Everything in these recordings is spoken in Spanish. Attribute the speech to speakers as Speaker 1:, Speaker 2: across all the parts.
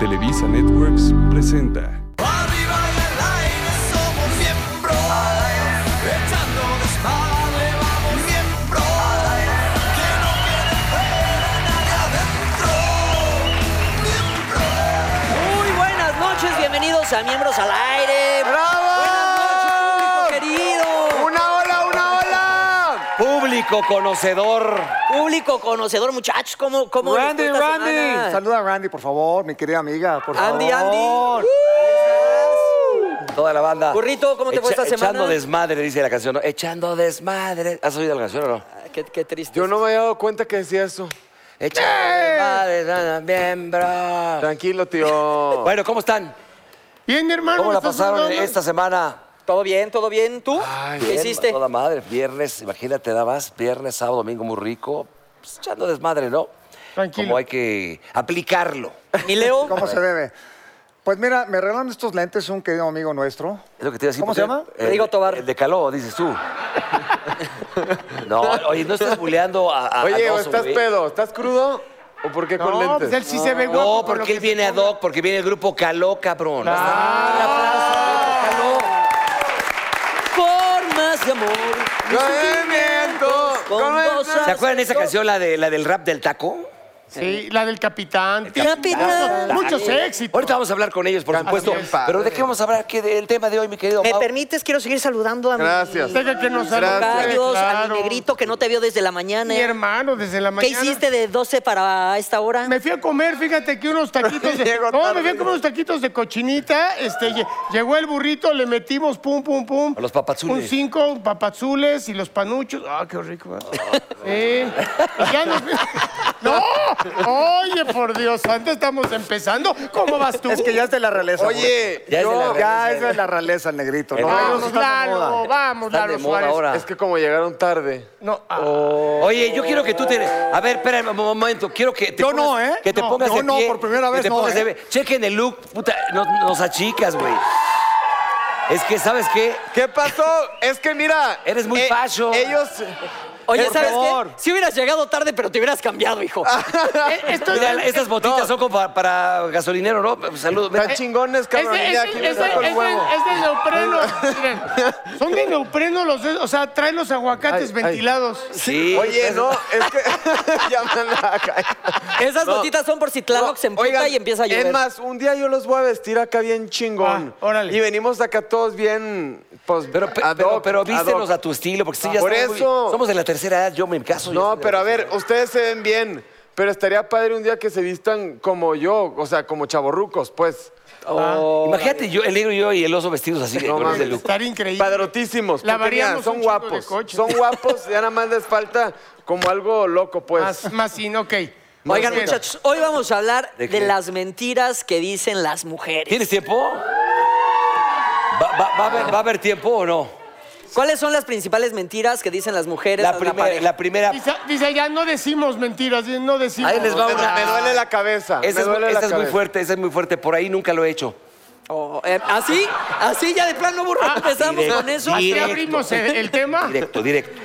Speaker 1: Televisa Networks presenta.
Speaker 2: Arriba y al aire somos miembros. Echando desmadre vamos miembros. Que no quede fuera nadie adentro.
Speaker 3: Muy buenas noches, bienvenidos a Miembros al Aire. ¡Bravo! Buenas noches, público querido.
Speaker 4: ¡Una ola, una ola! Público conocedor.
Speaker 3: Público conocedor, muchachos, ¿cómo, cómo les
Speaker 4: Randy,
Speaker 3: fue esta
Speaker 4: Randy.
Speaker 3: semana?
Speaker 5: Saluda a Randy, por favor, mi querida amiga, por favor.
Speaker 3: Andy, Andy.
Speaker 4: Toda la banda.
Speaker 3: Burrito, ¿cómo te fue
Speaker 4: Echa-
Speaker 3: esta semana?
Speaker 4: Echando desmadre, dice la canción. ¿no? Echando desmadre. ¿Has oído la canción o no?
Speaker 3: Ah, Qué, qué triste.
Speaker 6: Yo no me había dado cuenta que decía eso.
Speaker 4: Echando desmadre, nada, bien, bro.
Speaker 6: Tranquilo, tío.
Speaker 4: Bueno, ¿cómo están?
Speaker 6: Bien, hermano.
Speaker 4: ¿Cómo la pasaron esta semana?
Speaker 3: ¿Todo bien, todo bien? ¿Tú? ¿Qué
Speaker 4: Bien,
Speaker 3: hiciste?
Speaker 4: Toda madre. Viernes, imagínate, nada más. Viernes, sábado, domingo, muy rico. Pues, echando desmadre, ¿no?
Speaker 6: Tranquilo.
Speaker 4: Como hay que aplicarlo.
Speaker 3: ¿Y Leo?
Speaker 5: ¿Cómo se debe? Pues mira, me regalaron estos lentes un querido amigo nuestro.
Speaker 4: Es lo que te iba a decir,
Speaker 5: ¿Cómo se
Speaker 4: porque-
Speaker 5: llama?
Speaker 4: el-
Speaker 3: Rigo Tobar.
Speaker 4: El de Caló, dices tú. no, oye, no estás buleando a, a- a
Speaker 6: Oye, ¿o
Speaker 4: Doso,
Speaker 6: ¿estás
Speaker 4: Ah, güey.
Speaker 6: pedo? ¿Estás crudo? ¿O por qué con
Speaker 7: No,
Speaker 6: lentes?
Speaker 7: pues él sí se ve guapo.
Speaker 4: No,
Speaker 7: con lo
Speaker 4: porque él
Speaker 7: que
Speaker 4: viene
Speaker 7: se
Speaker 4: a
Speaker 7: ponga. Ah,
Speaker 4: Doc, porque viene el grupo Caló, cabrón.
Speaker 3: Formas de amor. mis
Speaker 6: Movimiento.
Speaker 3: sentimientos, con dos
Speaker 4: ¿Se acuerdan de esa canción, la, de, la del rap del taco?
Speaker 7: Sí, la del capitán.
Speaker 3: Capitán.
Speaker 7: Ah, Muchos éxitos.
Speaker 4: Ahorita vamos a hablar con ellos, por supuesto.
Speaker 7: es.
Speaker 4: Pero ¿de qué vamos a hablar? ¿Qué del tema de hoy, mi querido
Speaker 3: ¿Me
Speaker 4: Mau?
Speaker 3: permites? Quiero seguir saludando a mi-
Speaker 6: Gracias.
Speaker 7: Deja que nos
Speaker 6: Gracias.
Speaker 3: Gallos, a mi
Speaker 7: Claro.
Speaker 3: negrito que no te vio desde la mañana.
Speaker 7: Mi hermano, desde la
Speaker 3: ¿Qué
Speaker 7: mañana.
Speaker 3: hiciste de 12 para esta hora?
Speaker 7: Me fui a comer, fíjate que unos taquitos de.
Speaker 6: Llego
Speaker 7: No,
Speaker 6: tarde.
Speaker 7: me fui a comer unos taquitos de cochinita. Este, lle- llegó el burrito, le metimos pum, pum, pum.
Speaker 4: A los papazules.
Speaker 7: Un cinco, un papazules y los panuchos. Ah, qué rico. ¿eh? Sí. Y ya nos- ¡No! Oye, por Dios, antes estamos empezando. ¿Cómo vas tú?
Speaker 5: Es que ya es de la realeza.
Speaker 6: Oye,
Speaker 4: Ya es de la
Speaker 5: güey.
Speaker 6: yo...
Speaker 5: ya
Speaker 4: realeza.
Speaker 5: es de la realeza el negrito. ¿no?
Speaker 4: Ah,
Speaker 5: Ellos
Speaker 7: Vamos,
Speaker 5: están de
Speaker 7: Lalo,
Speaker 5: moda.
Speaker 7: vamos,
Speaker 4: Están de
Speaker 7: Lalo
Speaker 4: moda
Speaker 7: Suárez.
Speaker 4: ahora. Oh.
Speaker 6: Es que como llegaron tarde.
Speaker 7: No, ah,
Speaker 4: Oye, yo quiero que tú te... A ver, espérame un momento. Quiero que te
Speaker 5: Yo
Speaker 4: pongas,
Speaker 5: no, ¿eh?
Speaker 4: Que te
Speaker 5: No,
Speaker 4: pongas
Speaker 5: yo
Speaker 4: de
Speaker 5: no,
Speaker 4: pie,
Speaker 5: por primera
Speaker 4: que
Speaker 5: vez
Speaker 4: te
Speaker 5: no,
Speaker 4: pongas de
Speaker 5: ¿eh?
Speaker 4: pie. Chequen el look, puta. Nos, nos achicas, güey. Es que, ¿sabes qué?
Speaker 6: ¿Qué pasó? Es que mira.
Speaker 4: Eres muy
Speaker 6: eh,
Speaker 4: facho.
Speaker 6: Ellos.
Speaker 3: Oye,
Speaker 6: Por
Speaker 3: ¿sabes
Speaker 6: favor. Ah.
Speaker 3: qué? Si hubieras llegado tarde, pero te hubieras cambiado, hijo.
Speaker 7: eh, esto es-
Speaker 4: Mira, estas botitas son como para, para gasolinero, ¿no? Pues, Saludos. ven.
Speaker 6: Están chingones,
Speaker 7: Es
Speaker 6: cabrón.
Speaker 7: de,
Speaker 6: Ya
Speaker 7: es,
Speaker 6: aquí
Speaker 7: de-
Speaker 6: me
Speaker 7: es de-
Speaker 6: saco
Speaker 7: es
Speaker 6: el
Speaker 7: de-
Speaker 6: huevo.
Speaker 7: es de neopreno. Miren, son de neopreno los de- o sea, traen los aguacates
Speaker 6: Ay, ay.
Speaker 7: ventilados.
Speaker 4: Sí.
Speaker 6: Oye, no, es que. ya me anda acá.
Speaker 3: Esas
Speaker 6: No.
Speaker 3: botitas son por si Tlaloc
Speaker 6: No,
Speaker 3: se emputa
Speaker 6: oigan,
Speaker 3: y empieza a llover.
Speaker 6: Es más, un día yo los voy a vestir acá bien chingón.
Speaker 7: Ah, órale.
Speaker 6: Y venimos acá todos bien, pues,
Speaker 4: Pero, pe-
Speaker 6: ad
Speaker 4: pero,
Speaker 6: hoc,
Speaker 4: pero
Speaker 6: ad
Speaker 4: vístenos
Speaker 6: hoc.
Speaker 4: a tu estilo, porque sí, ya
Speaker 6: Por
Speaker 4: estamos muy-
Speaker 6: eso.
Speaker 4: Somos de la tercera edad, yo me caso. yo soy
Speaker 6: No,
Speaker 4: de la
Speaker 6: pero a
Speaker 4: tercera
Speaker 6: ver, ustedes se ven bien. Pero estaría padre un día que se vistan como yo, o sea, como chavorrucos, pues.
Speaker 4: edad. Ah, Imagínate, yo, el negro y yo y el oso vestidos así,
Speaker 6: No
Speaker 4: con ese
Speaker 6: mames.
Speaker 4: look.
Speaker 7: Estar increíble.
Speaker 6: Padrotísimos.
Speaker 7: La
Speaker 6: tú tenías,
Speaker 7: variamos
Speaker 6: son
Speaker 7: un chingo de
Speaker 6: guapos.
Speaker 7: coches.
Speaker 6: Son guapos, ya nada más les falta como algo loco, pues.
Speaker 7: Más, más sin, ok.
Speaker 3: Oigan,
Speaker 7: Más sin.
Speaker 3: muchachos, hoy vamos a hablar
Speaker 4: ¿De
Speaker 3: de,
Speaker 4: qué?
Speaker 3: las mentiras que dicen las mujeres.
Speaker 4: ¿Tienes tiempo? ¿Va, va- va a haber, va a haber tiempo o no?
Speaker 3: ¿Cuáles son las principales mentiras que dicen las mujeres a
Speaker 4: La,
Speaker 3: la
Speaker 4: primera
Speaker 3: pareja?
Speaker 4: la primera.
Speaker 7: Dice, dice, ya no decimos mentiras, dice, no decimos.
Speaker 4: Ahí les va
Speaker 6: Me,
Speaker 4: una.
Speaker 6: me duele la cabeza.
Speaker 4: Esa
Speaker 6: me
Speaker 4: es, muy-
Speaker 6: duele la
Speaker 4: esa es muy
Speaker 6: cabeza.
Speaker 4: fuerte, esa es muy fuerte. Por ahí nunca lo he hecho.
Speaker 3: Oh, eh, ¿Así? ¿Así ya de plano, burro?
Speaker 7: Ah,
Speaker 3: ¿Empezamos
Speaker 4: directo,
Speaker 3: con eso?
Speaker 7: Así
Speaker 4: directo.
Speaker 7: abrimos el, el tema.
Speaker 4: Directo, directo.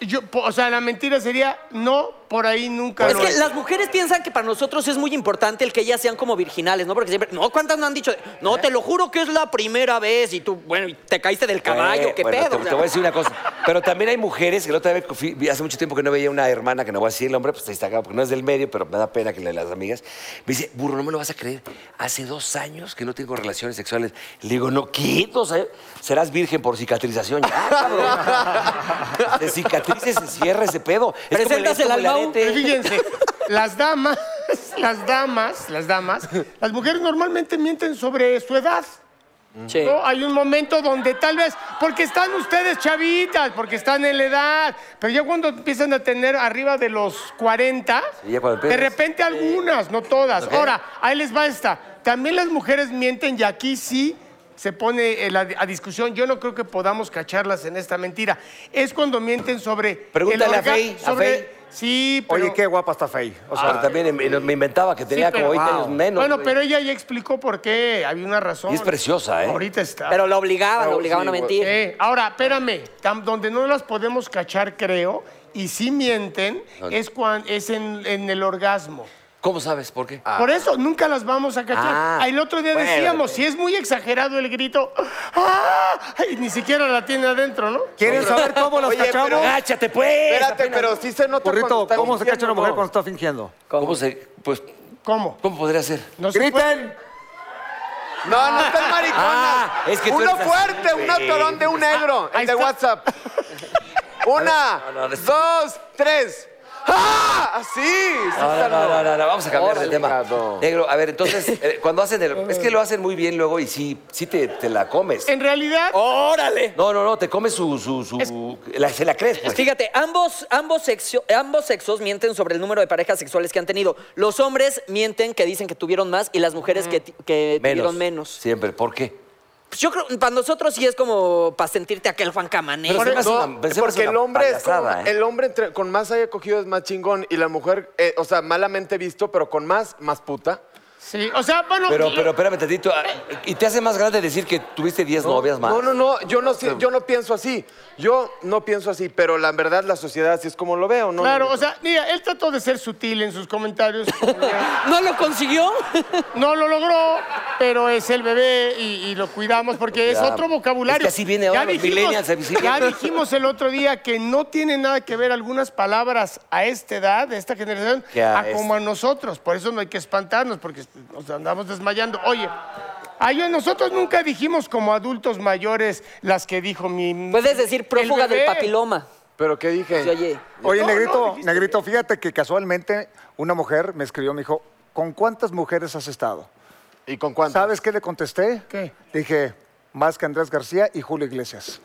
Speaker 7: Yo, po- o sea, la mentira sería, no, por ahí nunca.
Speaker 6: Pues
Speaker 3: Es
Speaker 7: lo
Speaker 3: que
Speaker 7: es.
Speaker 3: las mujeres piensan que para nosotros es muy importante el que ellas sean como virginales, ¿no? Porque siempre, no, ¿cuántas no han dicho? No,
Speaker 4: ¿Eh?
Speaker 3: te lo juro que es la primera vez y tú, bueno, y te caíste del caballo,
Speaker 4: Eh,
Speaker 3: qué
Speaker 4: bueno,
Speaker 3: pedo.
Speaker 4: Te,
Speaker 3: o sea.
Speaker 4: te voy a decir una cosa. Pero también hay mujeres que la otra vez, fui- vi- hace mucho tiempo que no veía una hermana, que no voy a decir el hombre, pues ahí está acá, porque no es del medio, pero me da pena que le- las amigas. Me dice, burro, no me lo vas a creer. Hace dos años que no tengo relaciones sexuales. Le digo, no, ¿qué? Dos años? Serás virgen por cicatrización. Ya, cabrón. De cicatrices se cierra ese pedo. Es como el- es
Speaker 3: Preséntasela
Speaker 4: como ¿eh? el
Speaker 3: al Mau.
Speaker 4: arete.
Speaker 7: Pero fíjense, las damas, las damas, las damas, las mujeres normalmente mienten sobre su edad.
Speaker 3: Sí.
Speaker 7: ¿no? Hay un momento donde tal vez, porque están ustedes chavitas, porque están en la edad, pero ya cuando empiezan a tener arriba de los 40,
Speaker 4: Sí, ya cuando
Speaker 7: de
Speaker 4: empiezas.
Speaker 7: repente algunas, no todas. Ahora, ahí les va esta. También las mujeres mienten y aquí sí se pone eh, la- a discusión. Yo no creo que podamos cacharlas en esta mentira. Es cuando mienten sobre... el
Speaker 4: Pregúntale a
Speaker 7: orga-
Speaker 4: Fey, a
Speaker 7: sobre-
Speaker 4: Fey.
Speaker 7: Sí, pero...
Speaker 5: Oye, qué guapa está Fey. O sea,
Speaker 4: Pero también me, me inventaba que tenía
Speaker 7: pero-
Speaker 4: como 20
Speaker 7: wow.
Speaker 4: años menos.
Speaker 7: Bueno,
Speaker 4: güey.
Speaker 7: pero ella ya explicó por qué. Había una razón.
Speaker 4: Y es preciosa, ¿eh?
Speaker 7: Ahorita está.
Speaker 3: Pero la obligaban, la obligaban
Speaker 6: sí,
Speaker 3: a mentir.
Speaker 7: Eh, ahora, espérame. tam- donde no las podemos cachar, creo, y sí mienten, es, cuan- es en, en el orgasmo.
Speaker 4: ¿Cómo sabes? ¿Por qué?
Speaker 7: Por eso nunca las vamos a cachar.
Speaker 4: Ah.
Speaker 7: el otro día
Speaker 4: Bueno,
Speaker 7: decíamos, si es muy exagerado el grito, ¡ah! y ni siquiera la tiene adentro, ¿no?
Speaker 5: ¿Quieren saber cómo las
Speaker 6: Oye, pero-
Speaker 5: cachamos?
Speaker 4: ¡Agáchate, pues!
Speaker 6: Espérate, pero sí se nota cuando
Speaker 5: Porrito,
Speaker 6: está
Speaker 5: ¿cómo se cacha una
Speaker 6: mintiendo,
Speaker 5: mujer
Speaker 6: ¿no?
Speaker 5: cuando está fingiendo?
Speaker 4: ¿Cómo, se...? Pues,
Speaker 7: ¿Cómo?
Speaker 4: ¿cómo podría ser?
Speaker 7: No se puede.
Speaker 5: ¡Griten!
Speaker 6: No, no estás maricona.
Speaker 4: Ah, es que tú
Speaker 6: Uno
Speaker 4: eres así,
Speaker 6: fuerte,
Speaker 4: güey.
Speaker 6: un atorón Este de un negro.
Speaker 7: ahí
Speaker 6: El de
Speaker 7: está.
Speaker 6: WhatsApp. Una,
Speaker 4: No, no, no.
Speaker 6: dos, tres. ¡Ah! Así. sí
Speaker 4: No, no,
Speaker 6: está,
Speaker 4: no, no, no, no, vamos a cambiar de
Speaker 6: Órale,
Speaker 4: tema.
Speaker 6: cabrón.
Speaker 4: Negro, a ver, entonces, eh, cuando hacen el- Es que lo hacen muy bien luego y sí, sí te, te la comes.
Speaker 7: En realidad,
Speaker 3: ¡Órale!
Speaker 4: No, no, no, te comes su... su, su- la- se la crees, pues.
Speaker 3: Fíjate, ambos, ambos, sexio- ambos sexos mienten sobre el número de parejas sexuales que han tenido. Los hombres mienten que dicen que tuvieron más y las mujeres que, ti- que tuvieron menos.
Speaker 4: Siempre, ¿por qué?
Speaker 3: Pues yo creo, para nosotros sí es como para sentirte aquel Juan Camaney.
Speaker 4: Pero se me hace
Speaker 6: No,
Speaker 4: una- se me hace
Speaker 6: porque
Speaker 4: una
Speaker 6: el hombre es como-
Speaker 4: payasada, ¿eh?
Speaker 6: el hombre entre- con más haya cogido es más chingón y la mujer, eh, o sea, malamente visto, pero con más, más puta.
Speaker 7: sí. O sea, bueno,
Speaker 4: Pero, pero espérame tantito. ah, ¿Y te hace más grande decir que tuviste 10 novias más?
Speaker 6: No, no, no, yo no, sé- yo no pienso así. Yo no pienso así, pero la verdad la sociedad así es como lo veo, ¿no?
Speaker 7: claro, o sea, mira, él trató de ser sutil en sus comentarios.
Speaker 3: ¿No lo consiguió?
Speaker 7: No lo logró, pero es el bebé y, y lo cuidamos porque es
Speaker 4: Ya.
Speaker 7: otro vocabulario.
Speaker 4: Es que así viene ahora
Speaker 7: Ya
Speaker 4: los millennials, así viene.
Speaker 7: ya dijimos el otro día que no tiene nada que ver algunas palabras a esta edad, de esta generación,
Speaker 4: Que a este.
Speaker 7: a como a nosotros. Por eso no hay que espantarnos porque nos andamos desmayando. Oye. ay, nosotros nunca dijimos como adultos mayores las que dijo mi...
Speaker 3: Puedes decir prófuga
Speaker 7: el
Speaker 3: del
Speaker 7: bebé.
Speaker 3: papiloma.
Speaker 6: Pero ¿qué dije?
Speaker 3: Sí, oye.
Speaker 5: Oye,
Speaker 7: No, no,
Speaker 5: Negrito,
Speaker 7: dijiste.
Speaker 5: Negrito, fíjate que casualmente una mujer me escribió, me dijo, ¿con cuántas mujeres has estado?
Speaker 6: ¿Y con cuánto?
Speaker 5: ¿Sabes qué le contesté?
Speaker 7: ¿Qué?
Speaker 5: Dije, más que Andrés García y Julio Iglesias.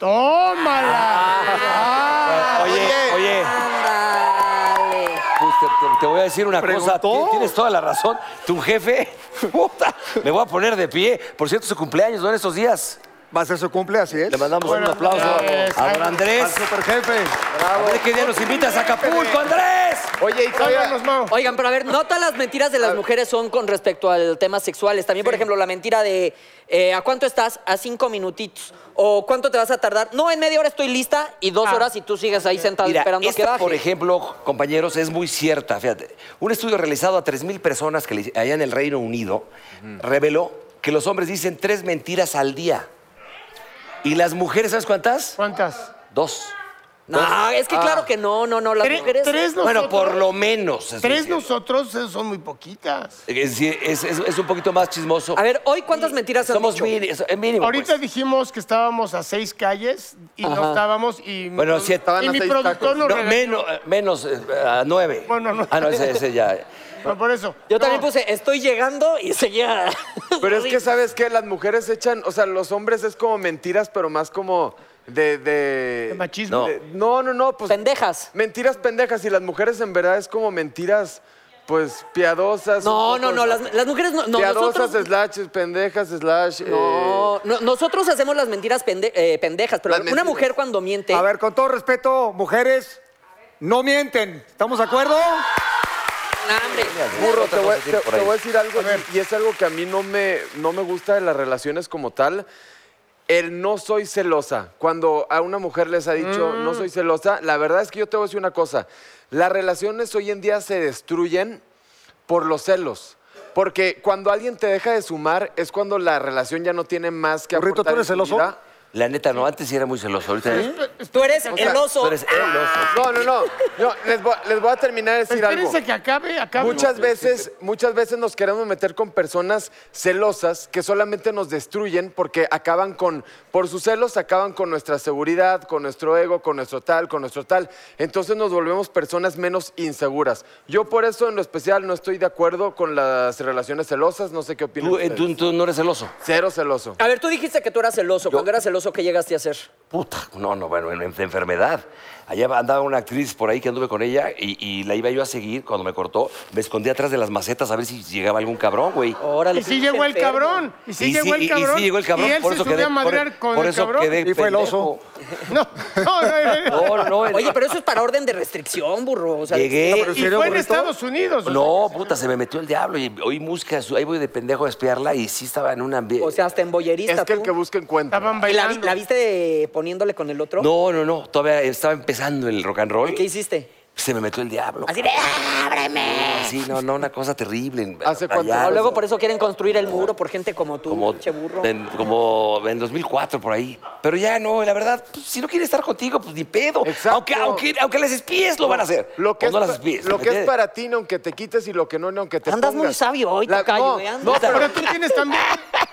Speaker 6: Ah.
Speaker 7: ¡Tómala! Ah,
Speaker 4: Oye, oye,
Speaker 3: Ándale.
Speaker 4: pues te, te- te voy a decir una cosa.
Speaker 5: ¿Preguntó?
Speaker 4: ti- Tienes toda la razón. Tu jefe, puta, me voy a poner de pie. Por cierto, su cumpleaños, ¿no? En estos días.
Speaker 5: Va a ser su cumple, así es.
Speaker 4: Le mandamos un aplauso
Speaker 7: noches.
Speaker 4: a don
Speaker 5: Al
Speaker 4: Andrés.
Speaker 5: superjefe.
Speaker 4: A ver qué día nos invitas a Acapulco, Andrés.
Speaker 6: Oye, y todavía...
Speaker 7: Óiganos, Mau.
Speaker 3: Oigan, pero a ver, no todas las mentiras de las mujeres son con respecto al tema sexuales. También, por ejemplo, la mentira de eh, ¿a cuánto estás? A cinco minutitos. O ¿cuánto te vas a tardar? No, en media hora estoy lista y
Speaker 6: Ah.
Speaker 3: dos horas y tú sigues ahí sentado
Speaker 4: Mira,
Speaker 3: esperando
Speaker 4: esta,
Speaker 3: que baje.
Speaker 4: por ejemplo, compañeros, es muy cierta. Fíjate, un estudio realizado a 3.000 personas que le- allá en el Reino Unido reveló que los hombres dicen tres mentiras al día. Y las mujeres, ¿sabes cuántas?
Speaker 7: ¿Cuántas?
Speaker 4: Dos.
Speaker 3: no, es que claro que no, no, no. Las
Speaker 7: Tres-
Speaker 3: mujeres.
Speaker 7: tres
Speaker 4: Bueno,
Speaker 7: nosotros-
Speaker 4: por Ah. lo menos. estoy
Speaker 7: Tres
Speaker 4: diciendo.
Speaker 7: nosotros eh, son muy poquitas.
Speaker 4: Es, decir, es- es- es un poquito más chismoso.
Speaker 3: A ver, hoy cuántas mentiras han
Speaker 4: Somos
Speaker 3: dicho?
Speaker 4: mini- es- es mínimo.
Speaker 7: Ahorita
Speaker 4: pues.
Speaker 7: dijimos que estábamos a seis calles y no estábamos y...
Speaker 4: Bueno, siete.
Speaker 6: Estaban
Speaker 7: Y
Speaker 6: a
Speaker 7: mi
Speaker 6: seis
Speaker 7: productor
Speaker 6: tacos.
Speaker 7: nos
Speaker 4: No,
Speaker 7: regañó.
Speaker 4: menos, eh, menos eh, a nueve.
Speaker 7: Bueno, no.
Speaker 4: Ah, no, ese, ese ya.
Speaker 7: Pero por eso.
Speaker 3: Yo también
Speaker 7: No,
Speaker 3: puse, pues, estoy llegando y seguía.
Speaker 6: Pero es que, ¿sabes qué? Las mujeres echan... O sea, los hombres es como mentiras, pero más como de... de...
Speaker 7: de machismo.
Speaker 4: No.
Speaker 6: de- no, no, no, pues...
Speaker 3: Pendejas.
Speaker 6: Mentiras pendejas. Y las mujeres en verdad es como mentiras, pues, piadosas.
Speaker 3: No,
Speaker 6: un
Speaker 3: no,
Speaker 6: poco-
Speaker 3: no, las, las mujeres no. no
Speaker 6: piadosas,
Speaker 3: nosotros,
Speaker 6: slash, pendejas, slash... eh,
Speaker 3: no, no, nosotros hacemos las mentiras pende- eh, pendejas, pero
Speaker 6: Las
Speaker 3: una
Speaker 6: mentiras.
Speaker 3: mujer cuando miente.
Speaker 5: A ver, con todo respeto, mujeres, no mienten. ¿Estamos de acuerdo?
Speaker 3: no, hombre.
Speaker 6: Burro, te
Speaker 4: Otra
Speaker 6: voy,
Speaker 4: cosa que
Speaker 6: te-
Speaker 4: por
Speaker 6: te
Speaker 4: ahí.
Speaker 6: voy a decir algo y y es algo que a mí no me, no me gusta de las relaciones como tal. El no soy celosa. Cuando a una mujer les ha dicho
Speaker 4: Mm.
Speaker 6: no soy celosa, la verdad es que yo te voy a decir una cosa. Las relaciones hoy en día se destruyen por los celos. Porque cuando alguien te deja de sumar es cuando la relación ya no tiene más que
Speaker 5: Burrito, ¿tú
Speaker 6: aportar en
Speaker 5: eres
Speaker 6: tu
Speaker 5: celoso?
Speaker 6: vida.
Speaker 4: La neta, no, antes sí era muy celoso. Ahorita
Speaker 3: Tú eres
Speaker 6: sea,
Speaker 3: el oso.
Speaker 4: tú eres el oso.
Speaker 6: No, no, no. Yo les, voy, les voy a terminar de decir algo.
Speaker 7: Espérense que acabe, acabe.
Speaker 6: Muchas veces, muchas veces nos queremos meter con personas celosas que solamente nos destruyen porque acaban con, por sus celos, acaban con nuestra seguridad, con nuestro ego, con nuestro tal, con nuestro tal. Entonces nos volvemos personas menos inseguras. Yo por eso en lo especial no estoy de acuerdo con las relaciones celosas, no sé qué opinan
Speaker 4: Tú, eh,
Speaker 6: ustedes.
Speaker 4: tú- tú no eres celoso.
Speaker 6: Cero celoso.
Speaker 3: A ver, tú dijiste que tú eras celoso. Cuando eras celoso, ¿qué llegaste a hacer?
Speaker 4: Puta, no, no, bueno, en, en- de enfermedad. Allá andaba una actriz por ahí que anduve con ella y, y la iba yo a seguir cuando me cortó. Me escondí atrás de las macetas a ver si llegaba algún cabrón, güey.
Speaker 3: Órale.
Speaker 7: Y sí
Speaker 3: pinche
Speaker 7: llegó el
Speaker 3: enfermo.
Speaker 7: cabrón. Y sí
Speaker 4: Y
Speaker 7: llegó
Speaker 4: y-
Speaker 7: el
Speaker 4: y
Speaker 7: cabrón.
Speaker 4: sí llegó el cabrón.
Speaker 7: Y él
Speaker 4: por
Speaker 7: se
Speaker 4: eso
Speaker 7: subió
Speaker 4: quedé,
Speaker 7: a madrear
Speaker 4: por,
Speaker 7: con
Speaker 4: por
Speaker 7: el
Speaker 4: eso
Speaker 7: cabrón.
Speaker 4: quedé
Speaker 5: Y fue el
Speaker 4: pendejo.
Speaker 5: oso.
Speaker 7: No, no, no, no.
Speaker 4: No, no, no.
Speaker 3: Oye, pero eso es para orden de restricción, burro. O sea,
Speaker 4: Llegué.
Speaker 7: Y fue en Estados Unidos. o
Speaker 4: No, puta, se me metió el diablo y oí música. su- Ahí voy de pendejo a espiarla y sí estaba en un ambiente.
Speaker 3: O sea, hasta en boyerista.
Speaker 6: Es que el
Speaker 3: tú.
Speaker 6: que busca encuentra.
Speaker 7: Estaban
Speaker 3: ¿Y la, vi-
Speaker 7: bailando.
Speaker 3: la viste de- poniéndole con el otro?
Speaker 4: no, no, no. Todavía estaba empezando el rock and roll.
Speaker 3: ¿Y qué hiciste?
Speaker 4: se me metió el diablo.
Speaker 3: Así de, ábreme.
Speaker 4: Ah, Sí, no, no, una cosa terrible.
Speaker 6: ¿Hace cuánto?
Speaker 4: Rayados,
Speaker 3: O
Speaker 6: Ahora
Speaker 3: luego por eso quieren construir el muro por gente como tú,
Speaker 4: como,
Speaker 3: pinche burro.
Speaker 4: En, como en 2004, por ahí. Pero ya no, la verdad, pues, si no quiere estar contigo, pues ni pedo.
Speaker 6: Exacto.
Speaker 4: Aunque, aunque, aunque las espíes lo van a hacer.
Speaker 6: Lo que,
Speaker 4: O
Speaker 6: es,
Speaker 4: no las
Speaker 6: pa-
Speaker 4: espíes.
Speaker 6: lo
Speaker 4: ¿me
Speaker 6: que es
Speaker 4: entiendes?
Speaker 6: para ti, ni aunque te quites, y lo que no, ni aunque te
Speaker 3: Andas
Speaker 6: pongas.
Speaker 3: muy sabio hoy,
Speaker 6: La-
Speaker 3: tocayo,
Speaker 6: no,
Speaker 3: ¿eh? Andas-
Speaker 6: no,
Speaker 7: Pero tú tienes también.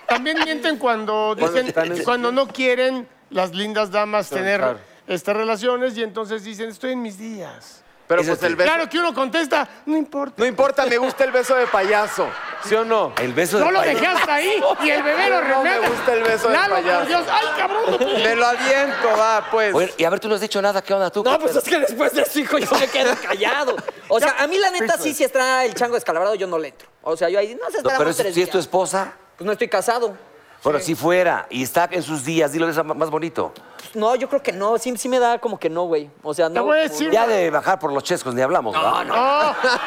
Speaker 7: También mienten cuando
Speaker 6: Cuando
Speaker 7: dicen.
Speaker 6: están en-
Speaker 7: Cuando no quieren las lindas damas tener
Speaker 6: claro.
Speaker 7: estas relaciones y entonces dicen, estoy en mis días.
Speaker 6: Pero
Speaker 4: Eso
Speaker 6: pues
Speaker 4: sí.
Speaker 6: el beso.
Speaker 7: Claro que uno contesta, no importa.
Speaker 6: No importa, me gusta el beso de payaso. ¿Sí o no?
Speaker 4: El beso
Speaker 7: No
Speaker 4: del
Speaker 7: lo
Speaker 4: payaso.
Speaker 7: dejé hasta ahí y el bebé lo
Speaker 6: No me
Speaker 7: remeda.
Speaker 6: gusta el beso del
Speaker 7: Lalo,
Speaker 6: payaso.
Speaker 7: por Dios, ay, cabrón. no
Speaker 6: Me lo aviento, va, pues.
Speaker 4: Oye, y a ver, tú no has dicho nada, ¿qué onda tú?
Speaker 3: No, pues es que después de eso, hijo, yo me quedo callado. O sea, a mí la neta sí, si está el chango descalabrado, yo no le entro. O sea, yo ahí, no se
Speaker 4: No,
Speaker 3: estará
Speaker 4: pero
Speaker 3: más
Speaker 4: si,
Speaker 3: tres
Speaker 4: si es tu
Speaker 3: días.
Speaker 4: esposa,
Speaker 3: Pues no estoy casado.
Speaker 4: bueno, si fuera y está en sus días, dilo de esa ma- más bonito.
Speaker 3: Pues no, yo creo que no. Sí, sí me da como que no, güey. O sea, no. pues,
Speaker 7: Te voy a
Speaker 3: como-
Speaker 7: decir-
Speaker 4: Ya de bajar por los chescos ni hablamos, ¿no? No,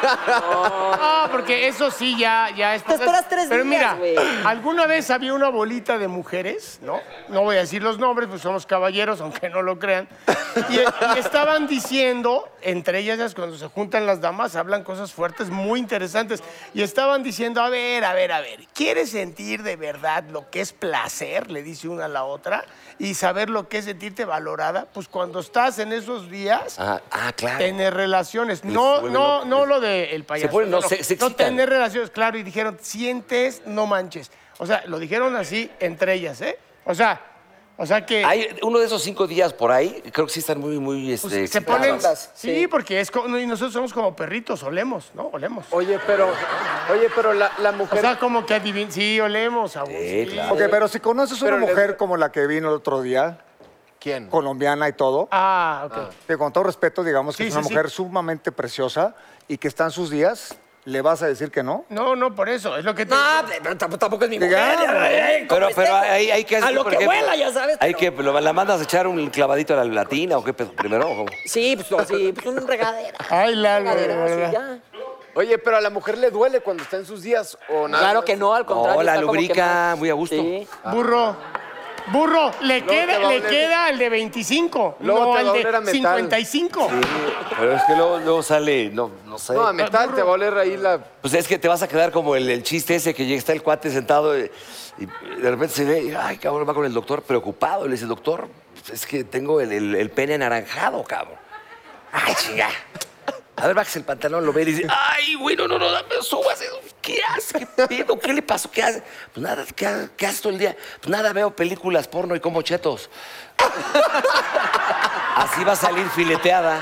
Speaker 4: Oh.
Speaker 7: No, porque eso sí ya, ya es.
Speaker 3: Te esperas tres
Speaker 7: Pero
Speaker 3: días,
Speaker 7: mira,
Speaker 3: güey.
Speaker 7: alguna vez había una bolita de mujeres, ¿no? No voy a decir los nombres, pues somos caballeros, aunque no lo crean. Y, y estaban diciendo, entre ellas, ya sabes, cuando se juntan las damas, hablan cosas fuertes, muy interesantes. Y estaban diciendo, a ver, a ver, a ver, ¿quieres sentir de verdad lo que es placer? Le dice una a la otra. Y saber lo que es sentirte valorada, pues cuando estás en esos días,
Speaker 4: Ah, ah, claro.
Speaker 7: Tener relaciones.
Speaker 4: Pues,
Speaker 7: No,
Speaker 4: bueno,
Speaker 7: no,
Speaker 4: no,
Speaker 7: no
Speaker 4: pues,
Speaker 7: lo del el payaso.
Speaker 4: ponen- no,
Speaker 7: no,
Speaker 4: se- se
Speaker 7: no
Speaker 4: excitan.
Speaker 7: tener relaciones, claro. Y dijeron, sientes, no manches. O sea, lo dijeron así entre ellas, ¿eh? O sea, o sea que
Speaker 4: Hay uno de esos cinco días por ahí, creo que sí están muy, muy.
Speaker 7: pues,
Speaker 4: este,
Speaker 7: se ponen.
Speaker 4: excitadas.
Speaker 7: Sí, porque es como- y nosotros somos como perritos, olemos, ¿no? Olemos.
Speaker 6: Oye, pero, oye, pero la, la
Speaker 7: O
Speaker 6: mujer.
Speaker 7: sea, como que adivin... Sí, olemos, Agus,
Speaker 4: Sí, claro.
Speaker 5: Ok, pero si conoces una
Speaker 6: Pero les-
Speaker 5: mujer como la que vino el otro día,
Speaker 6: ¿Quién?
Speaker 5: colombiana y todo,
Speaker 7: Ah, ok.
Speaker 5: que con todo respeto, digamos que
Speaker 7: Sí,
Speaker 5: es una
Speaker 7: sí, sí.
Speaker 5: mujer sumamente preciosa y que está en sus días, ¿le vas a decir que no?
Speaker 7: No, no, por eso. Es lo que te.
Speaker 3: No, pero tamp- tampoco es mi mujer.
Speaker 5: Digamos.
Speaker 3: eh, eh, ¿cómo
Speaker 4: Pero, pero
Speaker 3: estemos?
Speaker 4: hay, hay que
Speaker 3: A lo
Speaker 4: por
Speaker 3: que
Speaker 4: ejemplo,
Speaker 3: vuela, ya sabes.
Speaker 4: Hay
Speaker 3: pero-
Speaker 4: que, lo- ¿La mandas a echar un clavadito a la latina o qué pedo? Primero, ¿o cómo?
Speaker 3: Sí, pues no, sí, pues una regadera.
Speaker 7: Ay, Lalo,
Speaker 3: Una
Speaker 7: de
Speaker 3: regadera, sí,
Speaker 7: verdad.
Speaker 3: ya.
Speaker 6: Oye, pero a la mujer le duele cuando está en sus días o nada.
Speaker 3: Claro
Speaker 6: más.
Speaker 3: que no, al contrario.
Speaker 4: No, la
Speaker 3: está como que
Speaker 4: lubrica
Speaker 3: más-
Speaker 4: muy a gusto.
Speaker 3: Sí.
Speaker 7: Burro. Burro, le
Speaker 6: Luego te
Speaker 7: queda,
Speaker 6: va a
Speaker 7: le
Speaker 6: oler-
Speaker 7: queda el de 25,
Speaker 6: Luego
Speaker 7: no
Speaker 6: te va
Speaker 7: el
Speaker 6: a oler a
Speaker 7: de
Speaker 6: metal.
Speaker 7: 55.
Speaker 4: Pero es que luego, luego sale, no, no sé.
Speaker 6: No, a metal te va a oler ahí la.
Speaker 4: Pues es que te vas a quedar como el, el chiste ese que llega, está el cuate sentado eh, y, de repente se ve, y, ay, cabrón, va con el doctor preocupado. Y le dice, doctor, pues es que tengo el, el- el pene anaranjado, cabrón. Ay, chinga. A ver, bájese el pantalón, lo ve y dice, ay, güey, no, no, no, dame, subas. ¿Qué hace? ¿Qué pedo? ¿Qué le pasó? ¿Qué hace? Pues nada, ¿qué, ha- qué haces todo el día? Pues nada, veo películas porno y como chetos. Así va a salir fileteada.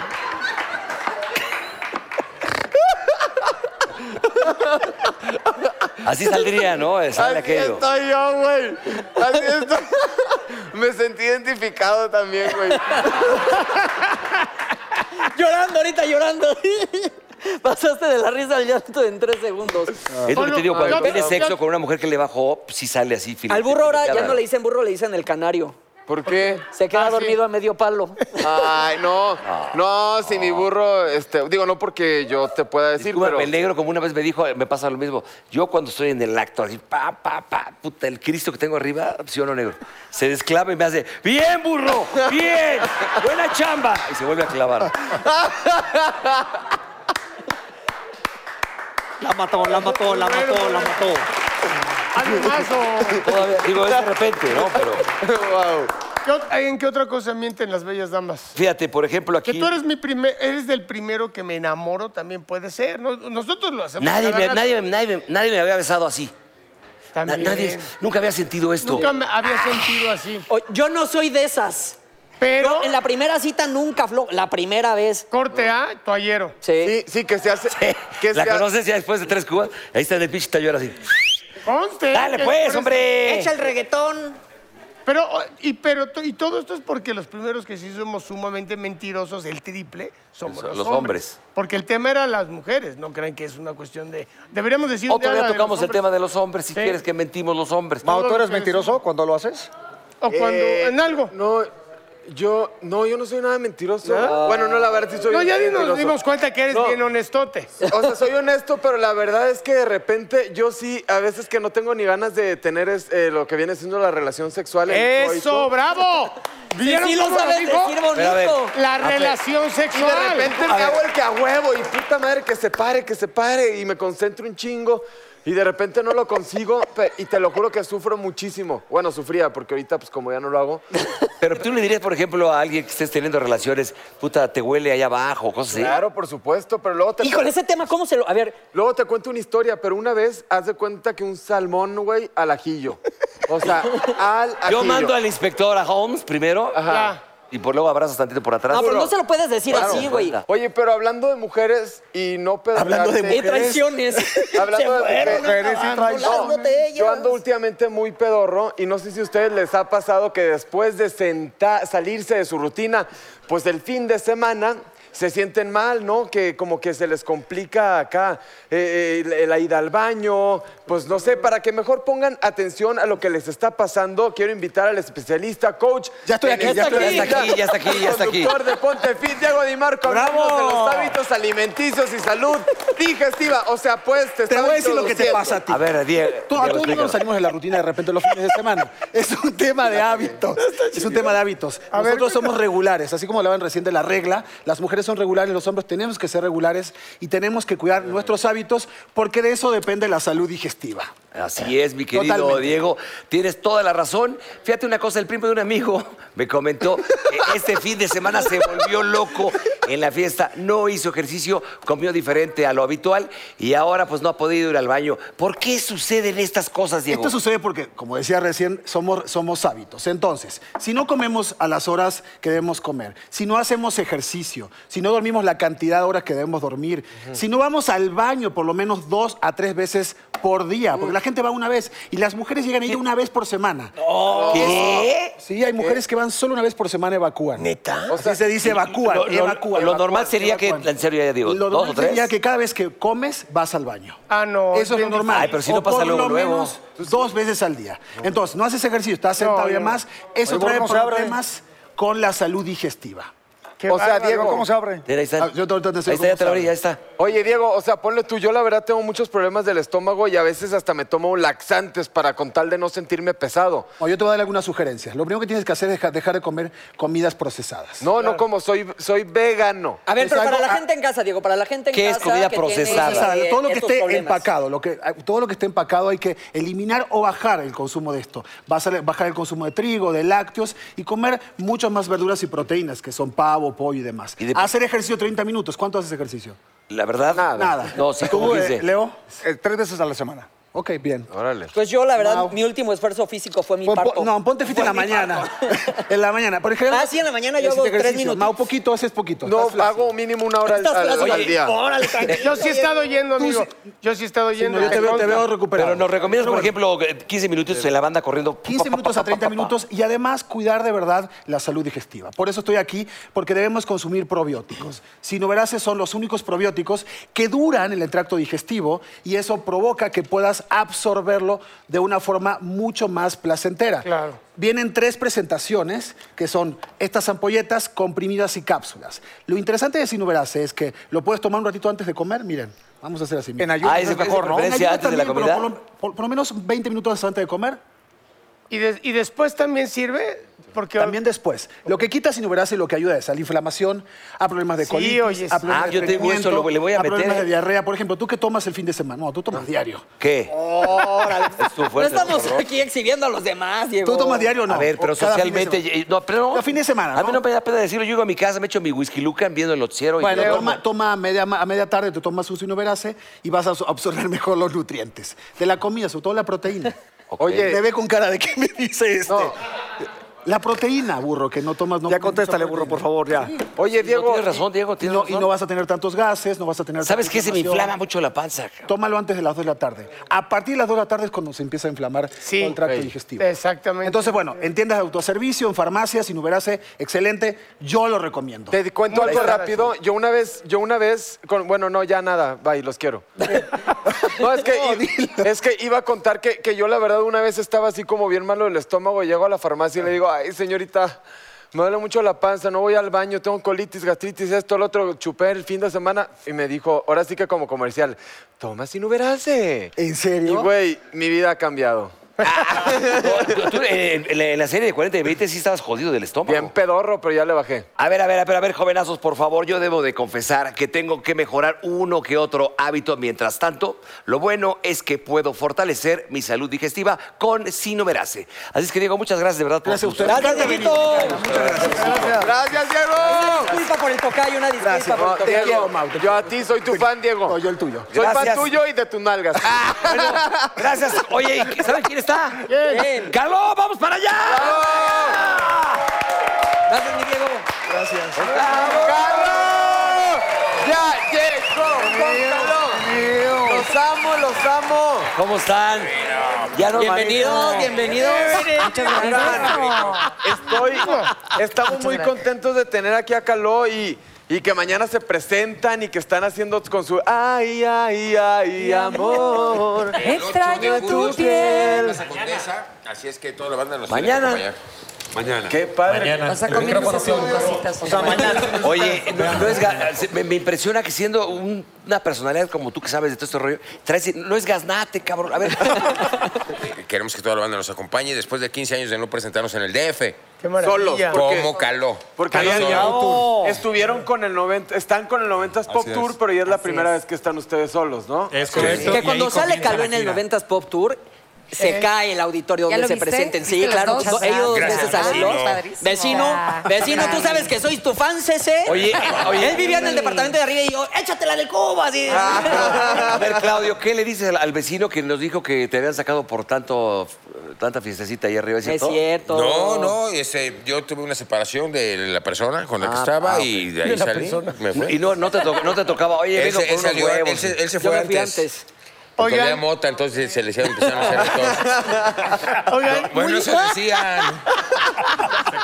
Speaker 4: Así saldría, ¿no?
Speaker 6: Así
Speaker 4: Sale aquello.
Speaker 6: estoy yo, güey. Así estoy. Me sentí identificado también, güey.
Speaker 3: Llorando, ahorita llorando. Pasaste de la risa al llanto en tres segundos.
Speaker 4: Ah. Es lo que
Speaker 7: Solo-
Speaker 4: te digo, cuando
Speaker 7: Ay,
Speaker 4: tienes
Speaker 7: pero-
Speaker 4: sexo con una mujer que le bajó, si sale así filete-
Speaker 3: Al burro ahora ya
Speaker 4: fileteada.
Speaker 3: no le dicen burro, le dicen el canario.
Speaker 6: ¿Por qué?
Speaker 3: Se queda
Speaker 7: Ah, sí.
Speaker 3: dormido a medio palo.
Speaker 6: Ay, no.
Speaker 4: Ah.
Speaker 6: No, si mi burro, este, digo, no porque yo te pueda decir,
Speaker 4: Discúlpame,
Speaker 6: pero.
Speaker 4: el negro, como una vez me dijo, me pasa lo mismo. Yo cuando estoy en el acto, así, pa, pa, pa, puta, el Cristo que tengo arriba, sí o no, negro. Se desclava y me hace, bien, burro, bien, buena chamba. Y se vuelve a clavar.
Speaker 8: La mató, la mató, la mató, la mató.
Speaker 7: Ademazo.
Speaker 4: Todavía, digo, es de repente, ¿no? Pero
Speaker 6: Wow.
Speaker 7: ¿Qué ot- ¿En qué otra cosa mienten las bellas damas?
Speaker 4: fíjate, por ejemplo,
Speaker 7: Que
Speaker 4: aquí...
Speaker 7: tú eres mi primer, eres del primero que me enamoro también puede ser. No- Nosotros lo hacemos.
Speaker 4: Nadie
Speaker 7: cada
Speaker 4: me,
Speaker 7: rato.
Speaker 4: nadie, me- nadie, me- nadie me había besado así. Na-
Speaker 7: También.
Speaker 4: nadie, nunca había sentido esto.
Speaker 7: Nunca me había sentido así.
Speaker 3: Ah. O- Yo no soy de esas.
Speaker 7: Pero
Speaker 3: Yo en la primera cita nunca, Flo, la primera vez.
Speaker 7: corte A, toallero.
Speaker 3: Sí.
Speaker 6: Sí, sí, que se hace. Que
Speaker 4: La
Speaker 6: se ha-
Speaker 4: conoces ya después de tres cubas. Ahí está en el pinche taller así.
Speaker 7: Conste.
Speaker 4: Dale,
Speaker 7: que-
Speaker 4: pues,
Speaker 7: pero-
Speaker 4: hombre.
Speaker 3: Echa el reggaetón.
Speaker 7: Pero, o- y, pero, to- y todo esto es porque los primeros que sí somos sumamente mentirosos, el triple, somos
Speaker 4: Eso,
Speaker 7: los,
Speaker 4: los
Speaker 7: hombres.
Speaker 4: hombres.
Speaker 7: Porque el tema era las mujeres, no creen que es una cuestión de... Deberíamos decir... un
Speaker 4: Otro
Speaker 7: día la
Speaker 4: día
Speaker 7: de los
Speaker 4: tocamos el
Speaker 7: hombres.
Speaker 4: tema de los hombres, si
Speaker 7: Sí.
Speaker 4: quieres que mentimos los hombres.
Speaker 5: Mau,
Speaker 7: Todo
Speaker 5: ¿tú
Speaker 7: lo
Speaker 5: eres
Speaker 7: que
Speaker 5: mentiroso cuando lo haces?
Speaker 7: O cuando...
Speaker 6: Eh,
Speaker 7: en algo.
Speaker 6: No, Yo, no, yo no soy nada mentiroso.
Speaker 4: Ah.
Speaker 6: Bueno, no, la verdad sí soy
Speaker 7: No,
Speaker 6: un
Speaker 7: ya ni nos
Speaker 6: mentiroso.
Speaker 7: dimos cuenta que eres
Speaker 6: No.
Speaker 7: bien honestote.
Speaker 6: O sea, soy honesto, pero la verdad es que de repente yo sí, a veces que no tengo ni ganas de tener es, eh, lo que viene siendo la relación sexual. el
Speaker 7: ¡Eso,
Speaker 6: coito.
Speaker 7: bravo!
Speaker 3: Y
Speaker 7: ¿Vieron
Speaker 3: sí lo
Speaker 7: cómo lo
Speaker 3: sabes
Speaker 7: dijo?
Speaker 3: decir
Speaker 4: Pero a ver,
Speaker 3: bonito.
Speaker 7: La relación
Speaker 6: Y de
Speaker 7: sexual.
Speaker 6: repente me hago el que a huevo y puta madre que se pare, que se pare y me concentro un chingo y de repente no lo consigo pe- y te lo juro que sufro muchísimo. Bueno, sufría porque ahorita pues como ya no lo hago.
Speaker 4: Pero tú le dirías, por ejemplo, a alguien que estés teniendo relaciones, puta, te huele allá abajo, cosas así.
Speaker 6: Claro, por supuesto, pero luego te...
Speaker 3: Híjole, ese tema, ¿cómo se lo...? A ver,
Speaker 6: Luego te cuento una historia, pero una vez haz de cuenta que un salmón, güey, al ajillo. O sea, al ajillo.
Speaker 4: Yo mando al inspector a Holmes primero
Speaker 6: Ajá.
Speaker 4: y por luego abrazas tantito por atrás.
Speaker 3: no, pero no se lo puedes decir
Speaker 4: Claro.
Speaker 3: así, güey.
Speaker 6: Oye, pero hablando de mujeres y no pedo.
Speaker 8: Hablando de
Speaker 3: ¡Qué traiciones! Se
Speaker 6: Hablando de
Speaker 3: fueron
Speaker 6: mujeres
Speaker 3: acabando
Speaker 5: y traiciones.
Speaker 3: las botellas.
Speaker 6: Yo ando últimamente muy pedorro y no sé si a ustedes les ha pasado que después de senta- salirse de su rutina, pues el fin de semana se sienten mal, ¿no? Que como que se les complica acá eh, eh, la- la ida al baño, pues no sé, para que mejor pongan atención a lo que les está pasando, quiero invitar al especialista, coach.
Speaker 8: Ya estoy aquí, ya estoy
Speaker 4: aquí. Ya está aquí, ya está aquí, ya está aquí.
Speaker 6: Conductor de Ponte Fit, Diego Di Marco,
Speaker 4: ¡Bravo!
Speaker 6: hablamos de los hábitos alimenticios y salud digestiva. O sea, pues te
Speaker 8: Te
Speaker 6: estaba
Speaker 8: voy a decir lo que te
Speaker 6: introduciendo.
Speaker 8: pasa a ti.
Speaker 4: A ver, Diego.
Speaker 8: Tú- a
Speaker 4: Diego,
Speaker 8: todos
Speaker 4: explícalo.
Speaker 8: nos salimos de la rutina de repente los fines de semana. Es un tema de hábitos. Es un tema de hábitos. Nosotros somos regulares, así como hablaban recién de la regla, las mujeres son regulares, los hombres tenemos que ser regulares y tenemos que cuidar nuestros hábitos porque de eso depende la salud digestiva.
Speaker 4: Así es, mi querido
Speaker 8: Eh, Totalmente.
Speaker 4: Diego. Tienes toda la razón. Fíjate una cosa, el primo de un amigo me comentó que este fin de semana se volvió loco en la fiesta. No hizo ejercicio, comió diferente a lo habitual y ahora pues no ha podido ir al baño. ¿Por qué suceden estas cosas, Diego?
Speaker 8: Esto sucede porque, como decía recién, somos, somos hábitos. Entonces, si no comemos a las horas que debemos comer, si no hacemos ejercicio, si no dormimos la cantidad de horas que debemos dormir, si no vamos al baño por lo menos dos a tres veces por día,
Speaker 4: Mm.
Speaker 8: porque la gente va una vez y las mujeres llegan a ir una vez por semana.
Speaker 4: ¿Qué?
Speaker 8: Sí, hay mujeres que van solo una vez por semana evacúan.
Speaker 4: ¿Neta?
Speaker 8: O sea, ¿ah? se dice evacúan,
Speaker 4: lo- lo-
Speaker 8: evacúan,
Speaker 4: lo normal
Speaker 8: evacúan,
Speaker 4: sería que,
Speaker 8: evacúan.
Speaker 4: en serio, ya digo,
Speaker 8: Lo
Speaker 4: dos o
Speaker 8: normal sería
Speaker 4: tres.
Speaker 8: que cada vez que comes vas al baño.
Speaker 7: Ah, no.
Speaker 8: Eso es lo
Speaker 7: bien
Speaker 8: normal.
Speaker 4: Ay, pero si no
Speaker 8: O
Speaker 4: pasa
Speaker 8: por
Speaker 4: luego,
Speaker 8: lo
Speaker 4: luego.
Speaker 8: menos dos veces al día. Entonces, no haces ejercicio, estás
Speaker 7: No,
Speaker 8: sentado y
Speaker 7: yo no.
Speaker 8: demás. Eso
Speaker 5: Oye,
Speaker 8: trae
Speaker 5: ¿cómo se abre?
Speaker 8: problemas con la salud digestiva.
Speaker 7: Qué
Speaker 5: O sea,
Speaker 7: bárbaro.
Speaker 5: Diego, ¿cómo se abre?
Speaker 4: Mira, ahí está.
Speaker 8: Ah, yo te- ahorita te
Speaker 4: ahí
Speaker 8: enseño
Speaker 4: está, ya
Speaker 8: cómo
Speaker 4: te lo
Speaker 8: se
Speaker 4: abrí, ya está.
Speaker 6: Oye, Diego, o sea, ponle tú, yo la verdad tengo muchos problemas del estómago y a veces hasta me tomo laxantes para con tal de no sentirme pesado.
Speaker 8: O yo te voy a dar algunas sugerencias. Lo primero que tienes que hacer es deja- dejar de comer comidas procesadas.
Speaker 6: No, no como soy, soy vegano.
Speaker 3: A ver, pero
Speaker 8: Exacto.
Speaker 3: para la
Speaker 8: Ah.
Speaker 3: gente en casa, Diego, para la gente en
Speaker 4: ¿Qué es
Speaker 3: casa...
Speaker 4: comida
Speaker 3: que tiene,
Speaker 4: procesada?
Speaker 8: Procesada.
Speaker 3: eh,
Speaker 8: todo lo que
Speaker 3: estos
Speaker 8: esté
Speaker 3: problemas.
Speaker 8: empacado, lo que, todo lo que esté empacado hay que eliminar o bajar el consumo de esto. Vas a bajar el consumo de trigo, de lácteos y comer muchas más verduras y proteínas, que son pavo, pollo y demás.
Speaker 4: Y de-
Speaker 8: Hacer ejercicio 30 minutos. ¿Cuánto haces ejercicio?
Speaker 4: La verdad.
Speaker 8: Nada.
Speaker 4: No, sí,
Speaker 8: ¿Tú,
Speaker 4: como
Speaker 8: eh,
Speaker 4: dice.
Speaker 8: Leo?
Speaker 5: Eh, tres veces a la semana.
Speaker 8: Ok, bien.
Speaker 6: Órale.
Speaker 3: Pues yo, la verdad,
Speaker 8: Wow.
Speaker 3: mi último esfuerzo físico fue mi
Speaker 8: Pon- pon-
Speaker 3: parto.
Speaker 8: no, ponte fit en la
Speaker 3: Fue mi
Speaker 8: mañana.
Speaker 3: parto.
Speaker 8: en la mañana. Por ejemplo,
Speaker 3: Ah, sí, en la mañana yo
Speaker 8: hiciste
Speaker 3: hago tres
Speaker 8: ejercicio.
Speaker 3: minutos.
Speaker 8: Mau, poquito, haces poquito.
Speaker 6: No,
Speaker 8: Estás flaco.
Speaker 6: hago mínimo una hora al,
Speaker 3: Estás
Speaker 6: al-
Speaker 3: flaco.
Speaker 6: al
Speaker 3: Oye,
Speaker 6: día.
Speaker 3: Órale, tranquilo.
Speaker 7: Yo sí he estado yendo, amigo. Yo sí he estado
Speaker 8: Sí,
Speaker 7: yendo.
Speaker 8: no, yo te veo, te veo recuperado.
Speaker 4: Pero nos recomiendas, por
Speaker 8: Pero bueno,
Speaker 4: ejemplo, 15 minutos en la banda corriendo.
Speaker 8: 15 minutos a 30 minutos y además cuidar de verdad la salud digestiva. Por eso estoy aquí, porque debemos consumir probióticos. Sinoveraces son los únicos probióticos que duran en el tracto digestivo y eso provoca que puedas absorberlo de una forma mucho más placentera.
Speaker 7: Claro.
Speaker 8: Vienen tres presentaciones, que son estas ampolletas, comprimidas y cápsulas. Lo interesante de Sinoverase es que lo puedes tomar un ratito antes de comer. Miren, vamos a hacer así.
Speaker 5: En
Speaker 8: miren.
Speaker 5: ayuno.
Speaker 4: Ah, ese
Speaker 5: creo que
Speaker 4: mejor,
Speaker 5: es
Speaker 4: ¿no?
Speaker 8: En ayuno
Speaker 4: antes de la
Speaker 8: también, pero
Speaker 4: comida.
Speaker 8: Por lo, por- por lo menos 20 minutos antes de comer.
Speaker 7: ¿Y, des- y después también sirve? Porque
Speaker 8: También después. Lo que quita sinuberase lo que ayuda es a la inflamación, a problemas de
Speaker 7: Sí,
Speaker 8: colitis,
Speaker 7: oye, sí.
Speaker 8: a problemas
Speaker 4: Ah,
Speaker 8: de
Speaker 4: yo tengo eso,
Speaker 8: estreñimiento,
Speaker 4: lo- le voy a meter. Ah.
Speaker 8: problemas de diarrea. Por ejemplo, ¿tú qué tomas el fin de semana? No, tú tomas diario.
Speaker 4: ¿Qué? Es tu
Speaker 3: No
Speaker 4: fuerte,
Speaker 3: estamos
Speaker 4: ¿no?
Speaker 3: aquí exhibiendo a los demás, Diego.
Speaker 8: ¿Tú tomas diario o no?
Speaker 4: A ver, pero
Speaker 8: O cada fin de
Speaker 4: socialmente.
Speaker 8: semana.
Speaker 4: eh, No, pero no.
Speaker 8: Cada fin de semana,
Speaker 4: A mí
Speaker 8: ¿no?
Speaker 4: no me da pena decirlo. Yo llego a mi casa, me echo mi whisky lucan viendo el noticiero y
Speaker 8: Bueno,
Speaker 4: me duermo.
Speaker 8: toma, toma a, media, a media tarde, te tomas un sinuberase y vas a absor- absorber mejor los nutrientes. De la comida, sobre todo la proteína.
Speaker 6: Oye,
Speaker 8: Me ve con cara de que me dice este. La proteína, burro, que no tomas... No
Speaker 5: Ya contéstale, burro, por favor, ya.
Speaker 6: oye,
Speaker 4: No,
Speaker 6: Diego.
Speaker 4: tienes razón, Diego.
Speaker 8: Y
Speaker 4: Tienes
Speaker 8: no, y
Speaker 4: razón.
Speaker 8: no vas a tener tantos gases, no vas a tener...
Speaker 4: ¿Sabes
Speaker 8: tanta
Speaker 4: qué? Se me
Speaker 8: inflamación.
Speaker 4: inflama mucho la panza. cabrón.
Speaker 8: Tómalo antes de las 2 de la tarde. A partir de las 2 de la tarde es cuando se empieza a inflamar
Speaker 7: Sí.
Speaker 8: todo el tracto
Speaker 6: Ey.
Speaker 8: digestivo.
Speaker 7: Exactamente.
Speaker 8: Entonces, bueno, en tiendas de autoservicio, en farmacias, Inuberase, excelente. Yo lo recomiendo.
Speaker 6: Te cuento
Speaker 7: Muy
Speaker 6: algo
Speaker 7: bien.
Speaker 6: rápido. Yo una vez, yo una vez, con- bueno, no, ya nada, bye, los quiero. No, es que, i- es que iba a contar que, que yo la verdad una vez estaba así como bien malo del estómago y llego a la farmacia y le digo, ay, señorita, me duele mucho la panza, no voy al baño, tengo colitis, gastritis, esto, lo otro, chupé el fin de semana y me dijo, ahora sí que como comercial, toma sin uberarse.
Speaker 8: ¿En
Speaker 6: Y
Speaker 8: serio?
Speaker 6: güey, mi vida ha cambiado.
Speaker 4: No, tú, eh, en, en la- en la serie de 40 y 20 sí estabas jodido del estómago.
Speaker 6: Bien pedorro, pero ya le bajé.
Speaker 4: A ver, a ver, a ver, a ver, jovenazos, por favor, yo debo de confesar que tengo que mejorar uno que otro hábito. Mientras tanto, lo bueno es que puedo fortalecer mi salud digestiva con Sinomerase. Así es que, Diego, muchas gracias de verdad por
Speaker 8: Gracias a
Speaker 4: tus-
Speaker 8: usted.
Speaker 3: Gracias, Dieguito.
Speaker 6: ¡Gracias, Diego!
Speaker 3: Disculpa por el tocayo, una disculpa por el
Speaker 6: No,
Speaker 3: tocayo.
Speaker 6: Diego, yo a ti soy tu fan, Diego.
Speaker 8: No, yo el tuyo.
Speaker 6: Soy
Speaker 4: Gracias.
Speaker 6: fan tuyo y de tus nalgas.
Speaker 3: Ah.
Speaker 4: Bueno, gracias. Oye, ¿y ¿saben quién está?
Speaker 3: Bien.
Speaker 4: ¡Caló! ¡Vamos para allá!
Speaker 3: Gracias, mi Diego.
Speaker 6: ¡Carlos! ¡Ya llegó! ¡Cóntalo! ¡Los amo, los amo!
Speaker 4: ¿Cómo están? Ya no,
Speaker 3: Bienvenidos, bienvenidos. Muchas
Speaker 6: Estoy, estamos muy contentos de tener aquí a Caló y, y que mañana se presentan y que están haciendo con su ay, ay, ay, amor.
Speaker 9: Extraño tu piel. Así es que toda la banda nos tiene que
Speaker 4: Mañana.
Speaker 9: acompañar. Mañana.
Speaker 6: Qué padre.
Speaker 9: Mañana.
Speaker 4: Oye, no, no es ga- se- me, me impresiona que siendo un- una personalidad como tú que sabes de todo este rollo, traes, no es gaznate, cabrón. A ver,
Speaker 9: Eh, Queremos que toda la banda nos acompañe después de 15 años de no presentarnos en el DF.
Speaker 7: Qué maravilla.
Speaker 6: Solos. Porque-
Speaker 9: ¿Cómo caló?
Speaker 6: Porque
Speaker 9: Caló
Speaker 6: ayer
Speaker 9: solo.
Speaker 3: Oh.
Speaker 6: ya estuvieron con el 90, están con el 90s Pop
Speaker 9: Así
Speaker 6: Tour,
Speaker 9: es.
Speaker 6: pero ya es la primera vez que están ustedes solos, ¿no?
Speaker 10: Es correcto.
Speaker 3: Que
Speaker 10: y
Speaker 3: cuando
Speaker 10: ahí
Speaker 3: sale
Speaker 10: comienza
Speaker 3: Caló
Speaker 10: la
Speaker 3: en el
Speaker 10: gira.
Speaker 3: 90s Pop Tour, se cae el auditorio
Speaker 11: ¿Ya
Speaker 3: donde
Speaker 11: lo
Speaker 3: se
Speaker 11: viste?
Speaker 3: presenten. Sí,
Speaker 11: ¿Viste los
Speaker 3: claro.
Speaker 11: dos?
Speaker 3: do- ellos dos
Speaker 9: Gracias,
Speaker 3: veces a
Speaker 9: vecino.
Speaker 3: Caló.
Speaker 11: Padrísimo.
Speaker 3: Vecino,
Speaker 11: Ah,
Speaker 3: vecino, tú sabes que soy tu fan, CC.
Speaker 4: Oye, oye.
Speaker 3: Él vivía en el departamento de arriba y yo, échatela de Cuba, así.
Speaker 4: a ver, Claudio, ¿qué le dices al, al vecino que nos dijo que te habían sacado por tanto, eh, tanta fiestecita ahí arriba? ¿Es
Speaker 3: Es
Speaker 4: cierto?
Speaker 3: cierto.
Speaker 9: No, no, ese, yo tuve una separación de la persona con la que
Speaker 4: Ah,
Speaker 9: estaba
Speaker 4: ah,
Speaker 9: y de ahí salí. Me fui.
Speaker 4: Y no, no, te to- no te tocaba, oye,
Speaker 9: él,
Speaker 4: vengo
Speaker 9: se,
Speaker 4: por
Speaker 9: él
Speaker 4: unos
Speaker 9: salió-
Speaker 4: huevos.
Speaker 9: él se- él se
Speaker 3: Yo
Speaker 9: fue
Speaker 3: me fui
Speaker 9: antes.
Speaker 3: antes.
Speaker 9: Porque
Speaker 7: Oigan.
Speaker 9: olía mota, entonces se le hicieron- empezaron a hacer todos.
Speaker 7: Oigan,
Speaker 9: Bueno, eso decían.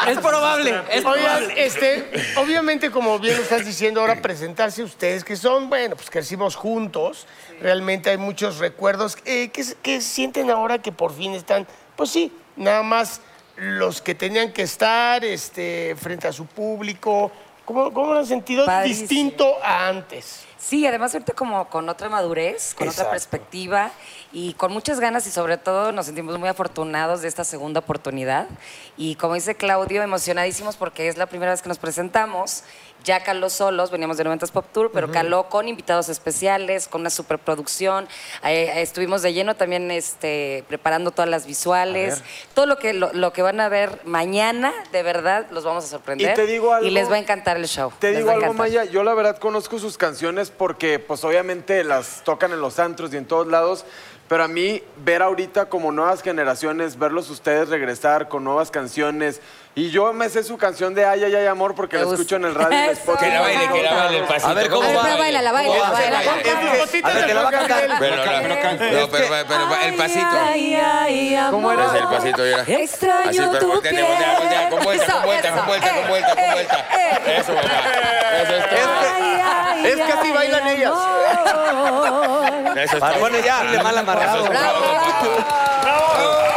Speaker 3: Es probable. Es
Speaker 7: Oigan,
Speaker 3: probable.
Speaker 7: este, obviamente, como bien lo estás diciendo, ahora presentarse ustedes, que son, bueno, pues crecimos juntos, realmente hay muchos recuerdos. Eh, ¿qué, s- qué sienten ahora que por fin están? Pues sí, nada más los que tenían que estar este, frente a su público. ¿Cómo, cómo lo han sentido
Speaker 11: Padrísimo.
Speaker 7: distinto a antes?
Speaker 11: Sí, además ahorita como con otra madurez, con otra perspectiva y con muchas ganas y sobre todo nos sentimos muy afortunados de esta segunda oportunidad. Y como dice Claudio, emocionadísimos porque es la primera vez que nos presentamos. Ya caló solos, veníamos de 90s Pop Tour, pero caló con invitados especiales, con una superproducción. Eh, estuvimos de lleno también este, preparando todas las visuales. Todo lo que, lo, lo que van a ver mañana, de verdad, los vamos a sorprender.
Speaker 6: Y te digo algo.
Speaker 11: les va a encantar el show.
Speaker 6: Te
Speaker 11: les
Speaker 6: digo
Speaker 11: va a
Speaker 6: algo,
Speaker 11: encantar.
Speaker 6: Maya, yo la verdad conozco sus canciones porque pues obviamente las tocan en los antros y en todos lados, pero a mí ver ahorita como nuevas generaciones, verlos ustedes regresar con nuevas canciones, y yo me sé su canción de Ay, ay, ay, amor porque
Speaker 11: Me
Speaker 6: la
Speaker 11: gusta.
Speaker 6: escucho en el radio. y en
Speaker 11: Eso.
Speaker 6: Spotify.
Speaker 9: Que la baile, que la baile el pasito.
Speaker 4: A ver,
Speaker 11: A
Speaker 4: ¿cómo
Speaker 11: ver,
Speaker 4: va?
Speaker 11: pero baila, la baila,
Speaker 9: ¿Cómo
Speaker 11: baila.
Speaker 9: baila?
Speaker 4: A ver, te la va a cantar.
Speaker 9: Pero no, no, pero, pero, pero el pasito.
Speaker 11: ¿Cómo
Speaker 9: Es el pasito, mira.
Speaker 11: Extraño
Speaker 9: Así, pero
Speaker 11: tu
Speaker 9: voltea,
Speaker 11: piel.
Speaker 9: voltea, voltea, con vuelta, con
Speaker 11: Eso,
Speaker 9: vuelta,
Speaker 11: eso.
Speaker 9: con vuelta, con
Speaker 11: Eh,
Speaker 9: vuelta, con
Speaker 11: eh,
Speaker 9: vuelta.
Speaker 11: eh.
Speaker 9: Eso, papá. Eso es todo.
Speaker 6: Es que así bailan ellas.
Speaker 9: Eso es todo.
Speaker 4: Bueno, ya, le mal amarrado.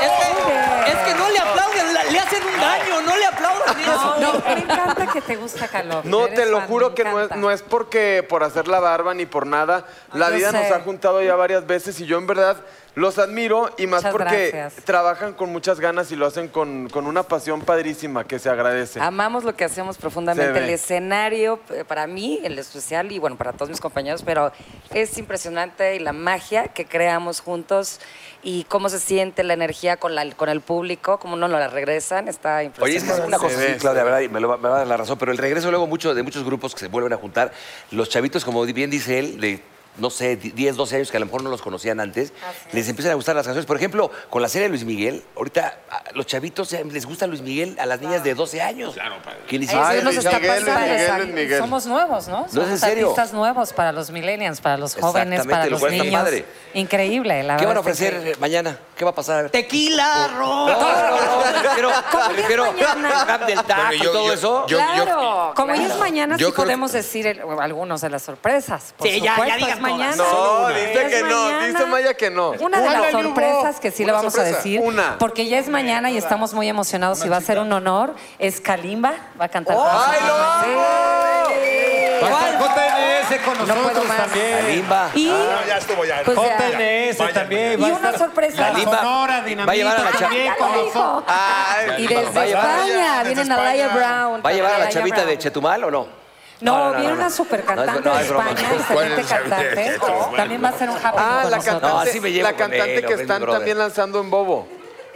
Speaker 3: Es que, es que no le aplauden, la- le hacen un daño, no le aplaudan eso.
Speaker 11: No, me encanta que te gusta calor.
Speaker 6: No,
Speaker 11: Eres
Speaker 6: te lo
Speaker 11: fan,
Speaker 6: juro
Speaker 11: me
Speaker 6: que no es,
Speaker 11: encanta.
Speaker 6: no es porque por hacer la barba ni por nada. La
Speaker 11: yo
Speaker 6: vida nos
Speaker 11: sé.
Speaker 6: ha juntado ya varias veces y yo en verdad los admiro y más
Speaker 11: Muchas
Speaker 6: porque
Speaker 11: gracias.
Speaker 6: trabajan con muchas ganas y lo hacen con, con una pasión padrísima que se agradece.
Speaker 11: Amamos lo que hacemos
Speaker 6: Se ve.
Speaker 11: profundamente. El escenario, eh, para mí, el especial y bueno, para todos mis compañeros, pero es impresionante y la magia que creamos juntos y cómo se siente la energía con, la, con el público, cómo no la regresan, está
Speaker 4: Oye, es
Speaker 11: impresionante.
Speaker 4: que es una cosa
Speaker 6: ve,
Speaker 4: así, Claudia, ¿verdad? Y me, lo va- me va a dar la razón, pero el regreso luego mucho, de muchos grupos que se vuelven a juntar, los chavitos, como bien dice él, de no sé, 10, 12 años que a lo mejor no los conocían antes, les empiezan a gustar las canciones. Por ejemplo, con la serie de Luis Miguel, ahorita a los chavitos ya les gusta Luis Miguel a las niñas de 12 años. Claro, Que ni
Speaker 11: Ay,
Speaker 4: siquiera-
Speaker 11: sí, nos
Speaker 6: Luis
Speaker 11: está
Speaker 6: Miguel, Luis
Speaker 11: pasando,
Speaker 6: Miguel,
Speaker 11: exacto.
Speaker 6: Luis Miguel.
Speaker 11: Somos nuevos, ¿no?
Speaker 4: No,
Speaker 11: Somos
Speaker 4: es en serio.
Speaker 11: artistas nuevos para los millennials, para los jóvenes,
Speaker 4: Exactamente,
Speaker 11: para
Speaker 4: lo
Speaker 11: los
Speaker 4: cual está
Speaker 11: niños.
Speaker 4: padre.
Speaker 11: Increíble, la
Speaker 4: ¿Qué van a
Speaker 11: verdad es que
Speaker 4: ofrecer
Speaker 11: increíble.
Speaker 4: eh, mañana? ¿Qué va a pasar?
Speaker 3: Tequila,
Speaker 4: No,
Speaker 3: ron.
Speaker 4: no, no, prefiero,
Speaker 11: ¿Cómo que es
Speaker 4: prefiero
Speaker 11: mañana?
Speaker 4: rap del taco
Speaker 9: Bueno,
Speaker 4: y
Speaker 9: yo-
Speaker 4: Ah, todo
Speaker 9: yo-
Speaker 4: eso.
Speaker 9: yo-
Speaker 11: claro, como ya es mañana,
Speaker 9: yo
Speaker 11: sí
Speaker 9: creo que-
Speaker 11: podemos decir el- algunos de las sorpresas. por
Speaker 3: Sí, ya, ya
Speaker 11: supuesto,
Speaker 3: digan,
Speaker 11: es mañana.
Speaker 6: No,
Speaker 11: Es
Speaker 6: dice que no,
Speaker 11: mañana.
Speaker 6: dice Maya que no.
Speaker 11: Una de las
Speaker 6: Ándale,
Speaker 11: sorpresas
Speaker 6: hubo.
Speaker 11: que sí
Speaker 6: Una
Speaker 11: le vamos
Speaker 6: sorpresa.
Speaker 11: a decir,
Speaker 6: Una.
Speaker 11: porque ya es mañana y estamos muy emocionados y va a ser un honor, es Kalimba, va a cantar. con
Speaker 6: ¡Ay, lo
Speaker 11: nosotros.
Speaker 10: Va a estar JNS con
Speaker 11: No puedo
Speaker 10: nosotros
Speaker 11: más.
Speaker 10: también.
Speaker 4: Kalimba.
Speaker 11: Y
Speaker 10: Ah, ya estuvo ya.
Speaker 11: Pues ya.
Speaker 10: JNS también.
Speaker 11: Y
Speaker 10: va a
Speaker 11: una
Speaker 10: estar
Speaker 11: sorpresa.
Speaker 10: La
Speaker 4: Kalimba
Speaker 10: Sonora
Speaker 4: va a llevar a
Speaker 10: Dinamita
Speaker 4: la
Speaker 10: también
Speaker 11: Ya
Speaker 10: con
Speaker 11: lo dijo.
Speaker 10: nosotros.
Speaker 11: Y desde
Speaker 4: va a llevar-
Speaker 11: España,
Speaker 10: Desde
Speaker 11: vienen a
Speaker 10: España.
Speaker 11: Laia Brown.
Speaker 4: ¿Va a llevar a la
Speaker 11: Laia
Speaker 4: chavita
Speaker 11: Brown.
Speaker 4: de Chetumal o no?
Speaker 11: No,
Speaker 4: No, no, no,
Speaker 11: Oh, viene
Speaker 4: no, no.
Speaker 11: una super
Speaker 4: No,
Speaker 11: cantante
Speaker 4: es- no,
Speaker 11: de
Speaker 4: es broma.
Speaker 11: España,
Speaker 9: ¿Cuál
Speaker 11: excelente
Speaker 9: es la-
Speaker 11: cantante.
Speaker 9: Bueno,
Speaker 11: También va a ser un happy
Speaker 6: Ah,
Speaker 11: con
Speaker 6: la
Speaker 11: nosotros.
Speaker 6: cantante,
Speaker 4: así me llevo
Speaker 6: la
Speaker 4: con él,
Speaker 6: cantante que
Speaker 4: es mi
Speaker 6: están
Speaker 4: brother.
Speaker 6: también lanzando en Bobo.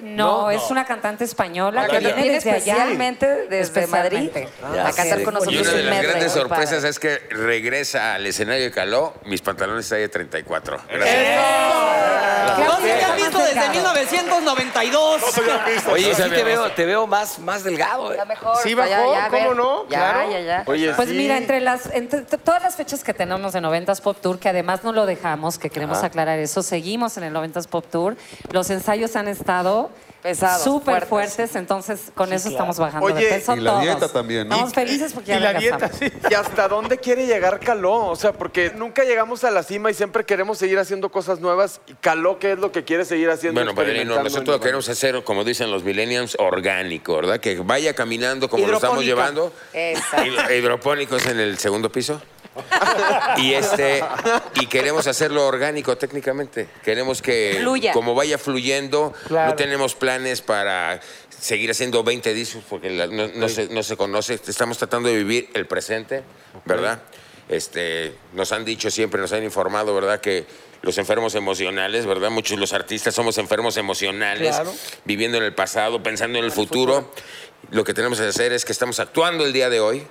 Speaker 11: No, es una cantante española
Speaker 6: La
Speaker 11: que viene
Speaker 6: cantante
Speaker 11: desde allá.
Speaker 7: especialmente
Speaker 11: desde Madrid
Speaker 6: Ah,
Speaker 4: Ya
Speaker 11: a cantar
Speaker 4: sé.
Speaker 11: con
Speaker 9: Y
Speaker 11: nosotros.
Speaker 9: una de
Speaker 11: un
Speaker 9: las
Speaker 11: medley.
Speaker 9: grandes
Speaker 11: Muy
Speaker 9: sorpresas
Speaker 11: padre.
Speaker 9: es que regresa al escenario de Caló, mis pantalones talla 34. Gracias.
Speaker 3: Eh. No se
Speaker 11: Claudia,
Speaker 3: habían
Speaker 11: está
Speaker 3: visto
Speaker 11: más
Speaker 3: desde
Speaker 11: delgada.
Speaker 3: 1992.
Speaker 4: Oye,
Speaker 9: no
Speaker 4: sí te
Speaker 9: sabíamos.
Speaker 4: veo, te veo más, más delgado. eh.
Speaker 11: Está mejor.
Speaker 7: Sí
Speaker 11: está ya,
Speaker 7: bajó,
Speaker 11: ya, a
Speaker 7: ¿cómo
Speaker 11: ver.
Speaker 7: no?
Speaker 11: Ya,
Speaker 7: Claro.
Speaker 11: ya, ya.
Speaker 6: Oye,
Speaker 11: pues
Speaker 6: sí.
Speaker 11: mira, entre las entre t- todas las fechas que tenemos de 90s Pop Tour, que además no lo dejamos, que queremos aclarar eso, seguimos en el 90s Pop Tour. Los ensayos han estado
Speaker 12: Pesados,
Speaker 11: súper
Speaker 12: fuertes.
Speaker 11: fuertes, entonces con eso estamos bajando
Speaker 6: Oye,
Speaker 11: de peso
Speaker 12: y la
Speaker 11: todos.
Speaker 12: dieta también, ¿no?
Speaker 11: Estamos felices porque ya
Speaker 7: y la
Speaker 11: adelgazamos.
Speaker 7: dieta, sí.
Speaker 6: ¿Y hasta dónde quiere llegar Caló? O sea, porque nunca llegamos a la cima y siempre queremos seguir haciendo cosas nuevas. ¿Y Caló qué es lo que quiere seguir haciendo?
Speaker 9: Bueno, Padrino,
Speaker 6: experimentando
Speaker 9: nosotros
Speaker 6: en
Speaker 9: lo queremos hacer, como dicen los millennials, orgánico, ¿verdad? Que vaya caminando como lo estamos
Speaker 3: Hidropónica.
Speaker 9: llevando. eh,
Speaker 11: Exacto.
Speaker 9: Hid- Hidropónicos en el segundo piso. Y este y queremos hacerlo orgánico técnicamente. Queremos que
Speaker 11: Fluya.
Speaker 9: como vaya fluyendo,
Speaker 7: Claro.
Speaker 9: no tenemos planes para seguir haciendo 20 discos porque la- no, no se, no se conoce. Estamos tratando de vivir el presente, ¿verdad? Este, nos han dicho siempre, nos han informado, ¿verdad? Que los enfermos emocionales, ¿verdad? Muchos los artistas somos enfermos emocionales, viviendo en el pasado, pensando en el futuro. Lo que tenemos que hacer es que estamos actuando el día de hoy,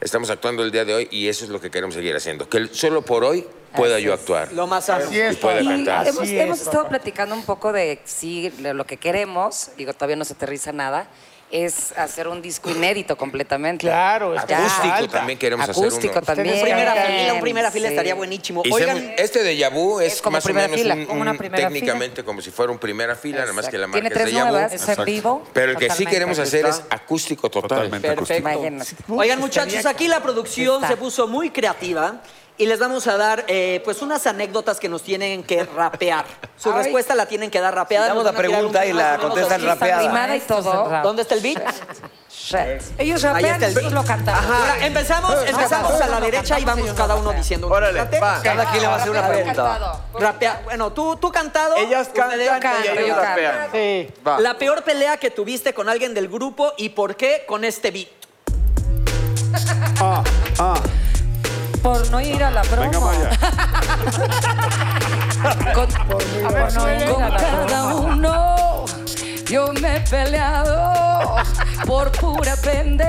Speaker 9: estamos actuando el día de hoy y eso es lo que queremos seguir haciendo. Que el- solo por hoy pueda yo actuar.
Speaker 3: Lo más sano.
Speaker 7: Así es,
Speaker 9: Y puede
Speaker 7: padre.
Speaker 11: Y
Speaker 9: cantar.
Speaker 11: hemos,
Speaker 7: Así
Speaker 11: hemos
Speaker 7: es,
Speaker 11: estado
Speaker 7: papá.
Speaker 11: platicando un poco de sí, de lo que queremos, digo, todavía no se aterriza nada, es hacer un disco inédito completamente.
Speaker 7: Claro, es que
Speaker 11: Ya.
Speaker 9: Acústico
Speaker 7: falta.
Speaker 9: también queremos hacer
Speaker 11: Acústico
Speaker 9: uno.
Speaker 11: también.
Speaker 7: Ustedes
Speaker 3: Primera
Speaker 7: Bien,
Speaker 3: fila, un primera fila
Speaker 11: sí.
Speaker 3: estaría buenísimo.
Speaker 9: Y
Speaker 3: Oigan,
Speaker 9: hacemos- este de Yabú es,
Speaker 11: Es eh, como
Speaker 9: más o
Speaker 11: primera
Speaker 9: menos
Speaker 11: fila,
Speaker 9: un-
Speaker 11: como una
Speaker 9: un-
Speaker 11: primera
Speaker 9: técnicamente como si fuera un primera fila, nada más que la
Speaker 11: Exacto.
Speaker 9: marca
Speaker 11: Tiene
Speaker 9: es
Speaker 11: tres
Speaker 9: de Yabú.
Speaker 11: nuevas, es en
Speaker 12: Exacto.
Speaker 11: vivo.
Speaker 9: Pero el que sí
Speaker 11: Totalmente.
Speaker 9: queremos hacer es acústico total.
Speaker 12: Totalmente acústico.
Speaker 3: perfecto.
Speaker 11: Imagínate.
Speaker 3: Oigan, muchachos, aquí la producción
Speaker 11: Está.
Speaker 3: se puso muy creativa y les vamos a dar eh, pues unas anécdotas que nos tienen que rapear. Su respuesta la tienen que dar rapeada.
Speaker 4: Damos
Speaker 3: Nos
Speaker 4: la
Speaker 3: van a tirar
Speaker 4: pregunta
Speaker 3: un
Speaker 4: y
Speaker 3: más
Speaker 4: la
Speaker 3: o menos
Speaker 4: contestan
Speaker 3: así.
Speaker 4: rapeada.
Speaker 11: Animada y todo.
Speaker 3: ¿Dónde está el beat?
Speaker 11: Shit. Ellos
Speaker 3: Ahí
Speaker 11: rapean,
Speaker 3: está el
Speaker 11: nosotros
Speaker 3: beat.
Speaker 11: lo cantamos.
Speaker 3: Ahora, empezamos, empezamos a la derecha y vamos cada uno diciendo. un
Speaker 6: Órale,
Speaker 3: chiste.
Speaker 6: va.
Speaker 4: Cada quien le va a hacer una pregunta.
Speaker 3: Rapea- Bueno, tú, tú cantado.
Speaker 6: Ellas
Speaker 3: ustedes
Speaker 6: cantan y
Speaker 11: canto,
Speaker 6: ellos
Speaker 11: yo canto.
Speaker 6: rapean.
Speaker 7: Sí.
Speaker 6: Va.
Speaker 3: La peor pelea que tuviste con alguien del grupo y por qué con este beat.
Speaker 7: Ah,
Speaker 11: Por no ir a la promo. Con, con cada uno yo me he peleado por pura pende,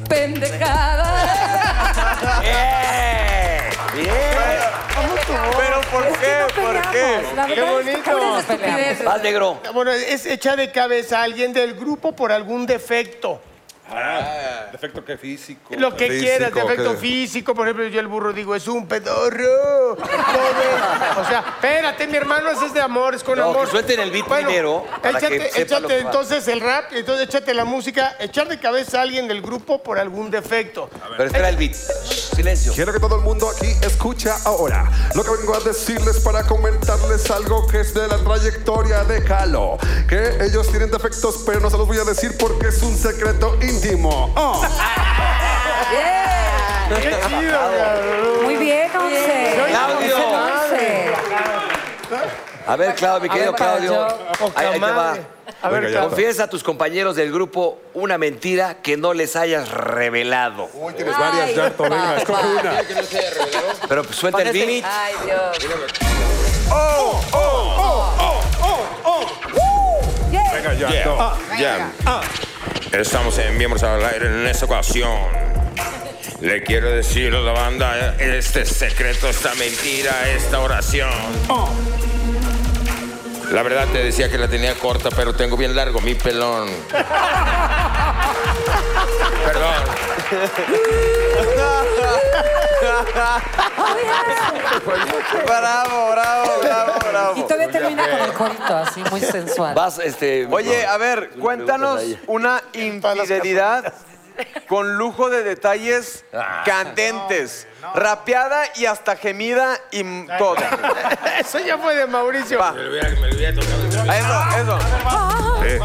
Speaker 11: pendejada.
Speaker 6: ¿Pero por qué? ¿Por qué?
Speaker 11: qué?
Speaker 7: bonito.
Speaker 4: Vas, negro.
Speaker 7: Bueno, es echar de cabeza a alguien del grupo por algún defecto.
Speaker 12: Ah, Defecto que físico.
Speaker 7: Lo que
Speaker 12: Físico,
Speaker 7: quieras, defecto
Speaker 12: que-
Speaker 7: físico. Por ejemplo, yo el burro digo, es un pedorro. No ves. O sea, espérate, mi hermano, ese es de amor, es con
Speaker 4: No,
Speaker 7: amor.
Speaker 4: que suelten el beat primero, para que
Speaker 7: Échate,
Speaker 4: sepa lo
Speaker 7: échate
Speaker 4: que va.
Speaker 7: entonces el rap, entonces échate la música, echar de cabeza a alguien del grupo por algún defecto.
Speaker 4: Pero espera el beat. Silencio.
Speaker 10: Quiero que todo el mundo aquí escucha ahora lo que vengo a decirles para comentarles algo que es de la trayectoria de Calo. Que ellos tienen defectos, pero no se los voy a decir porque es un secreto íntimo. Oh.
Speaker 7: ¡Qué chido, cabrón.
Speaker 11: Muy bien, Once.
Speaker 4: Claudio.
Speaker 11: Once.
Speaker 4: A ver, Claudio, mi querido
Speaker 11: ver, Claudio.
Speaker 4: Claudio.
Speaker 7: Poca
Speaker 4: Ahí, ahí te va.
Speaker 7: madre. A ver, Claudio.
Speaker 4: Confiesa a tus compañeros del grupo una mentira que no les hayas revelado.
Speaker 12: Uy, tienes varias ya, Torena. Escoge una.
Speaker 9: Que no sea revelado.
Speaker 4: Pero pues, suelta
Speaker 3: Con
Speaker 4: el
Speaker 3: este
Speaker 4: beat.
Speaker 3: beat.
Speaker 11: Ay, Dios.
Speaker 9: Oh,
Speaker 7: Oh,
Speaker 12: Venga, ya.
Speaker 9: Yeah.
Speaker 12: no.
Speaker 9: Ya.
Speaker 7: Ah.
Speaker 9: Estamos en Miembros al Aire en esta ocasión. Le quiero decir a la banda este secreto, esta mentira, esta oración. La verdad te decía que la tenía corta, pero tengo bien largo mi pelón. Perdón.
Speaker 6: Bravo, bravo, bravo,
Speaker 11: Y
Speaker 6: bravo.
Speaker 11: todavía termina con el corito, así muy sensual.
Speaker 4: Vas, este.
Speaker 6: Oye, a ver, cuéntanos
Speaker 4: Preguntas a ella.
Speaker 6: una infidelidad con lujo de detalles candentes, rapeada y hasta gemida y m- todo.
Speaker 7: Eso ya fue de Mauricio.
Speaker 6: Eso,
Speaker 9: Eh,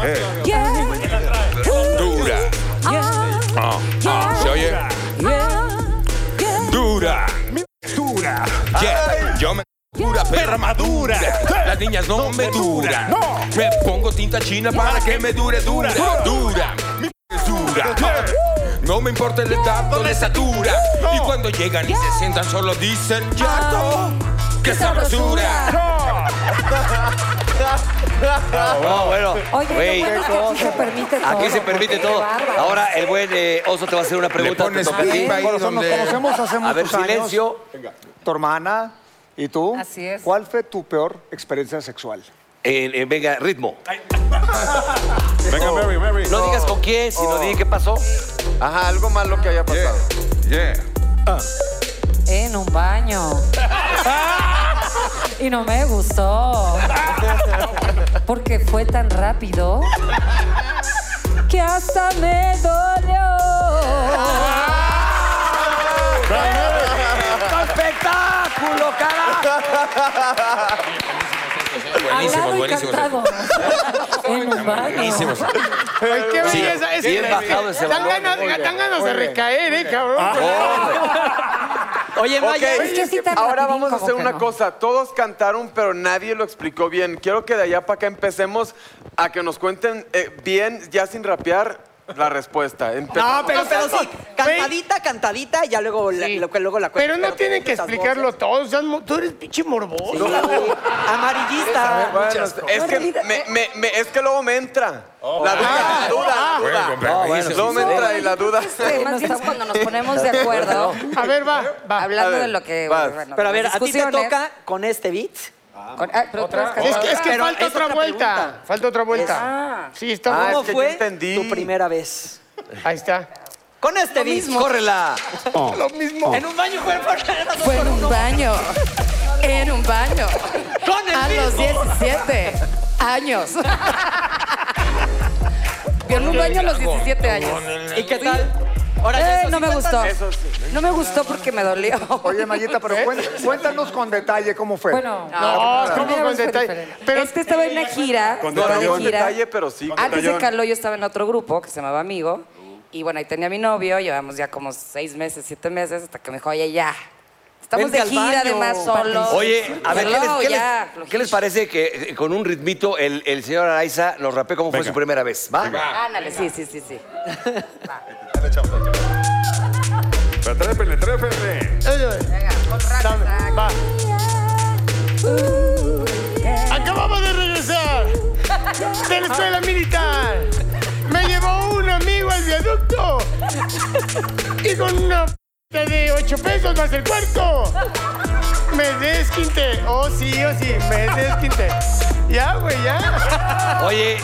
Speaker 9: Dura. Ah, ah, ¿Se oye? Dura. Dura. Yeah. Yo me dura, perra madura. Las niñas no, me duran. Me pongo tinta china para que me dure dura. Dura. Mi es dura. No me importa el estado de estatura. Y cuando llegan y se sientan solo dicen, "Yato, Ah. qué sabrosura."
Speaker 4: No, bueno.
Speaker 11: Oye, qué
Speaker 4: güey.
Speaker 11: bueno que aquí se permite todo.
Speaker 4: Aquí se permite
Speaker 11: porque
Speaker 4: todo.
Speaker 11: qué bárbaro.
Speaker 4: Ahora el buen eh, oso te va a hacer una pregunta.
Speaker 9: pones
Speaker 4: te toca a ti.
Speaker 9: pimba ahí
Speaker 5: Nos conocemos hace
Speaker 4: A ver,
Speaker 5: muchos años.
Speaker 4: silencio.
Speaker 5: Tu hermana y tú.
Speaker 11: Así es.
Speaker 5: ¿Cuál fue tu peor experiencia sexual?
Speaker 4: Eh, eh, venga, ritmo.
Speaker 12: Venga, Mary, Mary.
Speaker 4: No digas con quién, sino di qué pasó.
Speaker 6: Ajá, algo malo que haya pasado.
Speaker 12: Yeah.
Speaker 11: En un baño. Y no me gustó. Porque fue tan rápido que hasta me dolió.
Speaker 4: ¡Espectáculo,
Speaker 11: Hablado
Speaker 9: Buenísimo,
Speaker 11: y
Speaker 9: buenísimo.
Speaker 11: cantado. En un baño.
Speaker 9: Buenísimo.
Speaker 7: Ay, qué
Speaker 4: Sí,
Speaker 7: belleza. Es
Speaker 4: bien
Speaker 7: que-
Speaker 4: bajado ese
Speaker 7: dan
Speaker 4: balón,
Speaker 7: ganas,
Speaker 4: muy bien. Ah,
Speaker 7: dan ganas de recaer, ¿eh, cabrón?
Speaker 3: Oye, Maya,
Speaker 11: Es que sí tan
Speaker 6: Ahora
Speaker 11: rapidín
Speaker 6: vamos a
Speaker 11: como
Speaker 6: hacer
Speaker 11: que
Speaker 6: una
Speaker 11: no.
Speaker 6: cosa. Todos cantaron, pero nadie lo explicó bien. Quiero que de allá para acá empecemos a que nos cuenten eh, bien, ya sin rapear, la respuesta. Empezamos.
Speaker 7: No, pero-
Speaker 3: No, pero sí, cantadita, cantadita, y ya luego, la,
Speaker 7: Sí.
Speaker 3: lo- luego la cuento.
Speaker 7: Pero no tienen que
Speaker 3: esas
Speaker 7: explicarlo
Speaker 3: voces.
Speaker 7: todo. o sea, mo- tú eres pinche morboso.
Speaker 3: Sí, amarillista.
Speaker 6: Bueno, es, que
Speaker 11: Muchas
Speaker 6: me- me- me- es que luego me entra la duda, la duda,
Speaker 7: Ah,
Speaker 6: la duda.
Speaker 9: Bueno, pero ahí se-
Speaker 6: luego me entra y la duda.
Speaker 11: Sí, más bien es cuando nos ponemos de acuerdo,
Speaker 7: A ver, va, va.
Speaker 11: hablando
Speaker 6: ver,
Speaker 11: de lo que.
Speaker 6: vas.
Speaker 11: bueno,
Speaker 3: Pero a
Speaker 11: de
Speaker 3: ver,
Speaker 11: las
Speaker 3: a ti te
Speaker 11: discusiones.
Speaker 3: toca con este beat.
Speaker 11: Con- ah, pero tú eres
Speaker 7: Es que, es que
Speaker 3: Pero
Speaker 7: falta
Speaker 3: es
Speaker 7: otra
Speaker 3: otra
Speaker 7: vuelta.
Speaker 3: pregunta.
Speaker 7: Falta otra vuelta.
Speaker 11: Ah.
Speaker 7: Sí, está.
Speaker 6: Ah,
Speaker 3: ¿Cómo
Speaker 6: es que yo
Speaker 3: fue
Speaker 6: entendí.
Speaker 3: tu primera vez?
Speaker 7: Ahí está.
Speaker 3: Con este beat.
Speaker 4: ¡Córrela!
Speaker 7: Oh.
Speaker 3: En un baño fue
Speaker 13: Fue en un baño. En un baño.
Speaker 3: Con el
Speaker 13: A los
Speaker 3: mismo.
Speaker 13: 17 años. En un baño a los 17 años.
Speaker 3: ¿Y qué tal? Ahora ya
Speaker 11: Eh,
Speaker 3: eso
Speaker 11: no
Speaker 3: sí
Speaker 11: me
Speaker 3: cuenta.
Speaker 11: gustó. No me gustó porque me dolió. ¿Eh?
Speaker 5: Oye, Mayita, pero cuen- cuéntanos con detalle cómo fue.
Speaker 11: Bueno,
Speaker 7: No,
Speaker 11: la
Speaker 7: ¿cómo
Speaker 11: primera vez
Speaker 7: con
Speaker 11: fue
Speaker 7: detalle?
Speaker 11: diferente.
Speaker 7: Pero-
Speaker 11: es que estaba en una gira.
Speaker 6: No,
Speaker 11: estaba de
Speaker 6: no, en
Speaker 11: gira.
Speaker 6: detalle, pero sí.
Speaker 11: Antes de Carlos yo estaba en otro grupo que se llamaba Amigo. Y bueno, ahí tenía a mi novio, llevamos ya como seis meses, siete meses, hasta que me dijo, oye, ya. Estamos
Speaker 3: Vente
Speaker 11: de
Speaker 3: al
Speaker 11: gira
Speaker 3: baño.
Speaker 11: además solos.
Speaker 4: Oye, a ver, ¿qué les,
Speaker 11: Hello,
Speaker 4: qué les-
Speaker 11: ya,
Speaker 4: qué les parece que eh, con un ritmito el, el señor Araiza nos rapee cómo fue
Speaker 12: Venga.
Speaker 4: su primera vez? ¿Va?
Speaker 11: Ándale, sí, sí, sí, sí.
Speaker 12: Trépele, trépele.
Speaker 11: Venga, con rato,
Speaker 7: Va. Acabamos de regresar de la escuela militar. Me llevó un amigo al viaducto y con una p de 8 pesos más el cuarto. Me desquinté. Oh, sí, oh, sí, me desquinté. Ya, güey, ya.
Speaker 4: Oye,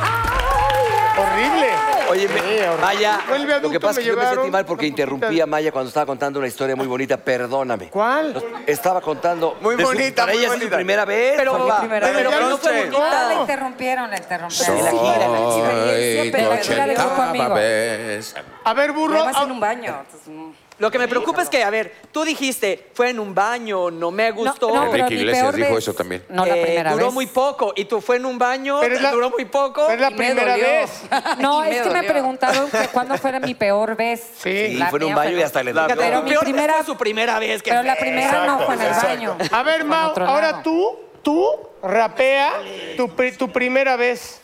Speaker 7: Horrible.
Speaker 4: oye, me- Maya,
Speaker 7: Yo el viaducto
Speaker 4: lo que pasa
Speaker 7: me
Speaker 4: es que yo me sentí
Speaker 7: llevaron
Speaker 4: mal porque
Speaker 7: una poquita-
Speaker 4: interrumpí a Maya cuando estaba contando una historia muy bonita, perdóname.
Speaker 7: ¿Cuál?
Speaker 4: Los- Estaba contando.
Speaker 6: Muy
Speaker 4: de su-
Speaker 6: bonita,
Speaker 4: Para
Speaker 6: muy
Speaker 4: ella es su
Speaker 6: bonita.
Speaker 4: primera vez.
Speaker 3: Pero,
Speaker 4: papá.
Speaker 11: primera
Speaker 3: pero-
Speaker 11: vez.
Speaker 3: pero no fue
Speaker 6: Pero ya
Speaker 11: Ah,
Speaker 3: bonita.
Speaker 11: la interrumpieron, la interrumpieron.
Speaker 9: Soy
Speaker 11: Experiencia, pero la gira de grupo
Speaker 9: ochentava
Speaker 11: amigo.
Speaker 9: vez.
Speaker 7: A ver, burro.
Speaker 11: Además en
Speaker 7: ah,
Speaker 11: un baño. entonces, mm.
Speaker 3: Lo que me preocupa es que, a ver, tú dijiste, fue en un baño, no me gustó.
Speaker 11: No, no, pero
Speaker 9: Enrique
Speaker 11: mi
Speaker 9: Iglesias
Speaker 11: peor
Speaker 9: dijo
Speaker 11: vez-
Speaker 9: eso también.
Speaker 11: No, la
Speaker 3: Eh,
Speaker 11: primera
Speaker 3: duró
Speaker 11: vez.
Speaker 3: muy poco y tú fue en un baño,
Speaker 7: Pero es la-
Speaker 3: duró muy poco.
Speaker 7: pero es la
Speaker 11: Y me
Speaker 7: primera
Speaker 11: dolió.
Speaker 7: vez.
Speaker 11: No,
Speaker 13: Y me
Speaker 11: es que me
Speaker 13: dolió.
Speaker 11: preguntaron que cuándo fue mi peor vez.
Speaker 7: Sí.
Speaker 4: Y
Speaker 11: La
Speaker 4: fue en un
Speaker 11: mía
Speaker 4: baño
Speaker 11: fue-
Speaker 4: y hasta le
Speaker 6: la-
Speaker 4: dolió.
Speaker 11: Pero mi
Speaker 3: Peor
Speaker 11: primera-
Speaker 3: fue su primera vez. que
Speaker 11: Pero la primera no fue en el baño.
Speaker 7: A ver,
Speaker 11: Con
Speaker 7: Mau,
Speaker 11: otro
Speaker 7: ahora
Speaker 11: lado.
Speaker 7: tú, tú rapea tu, pri- tu primera vez.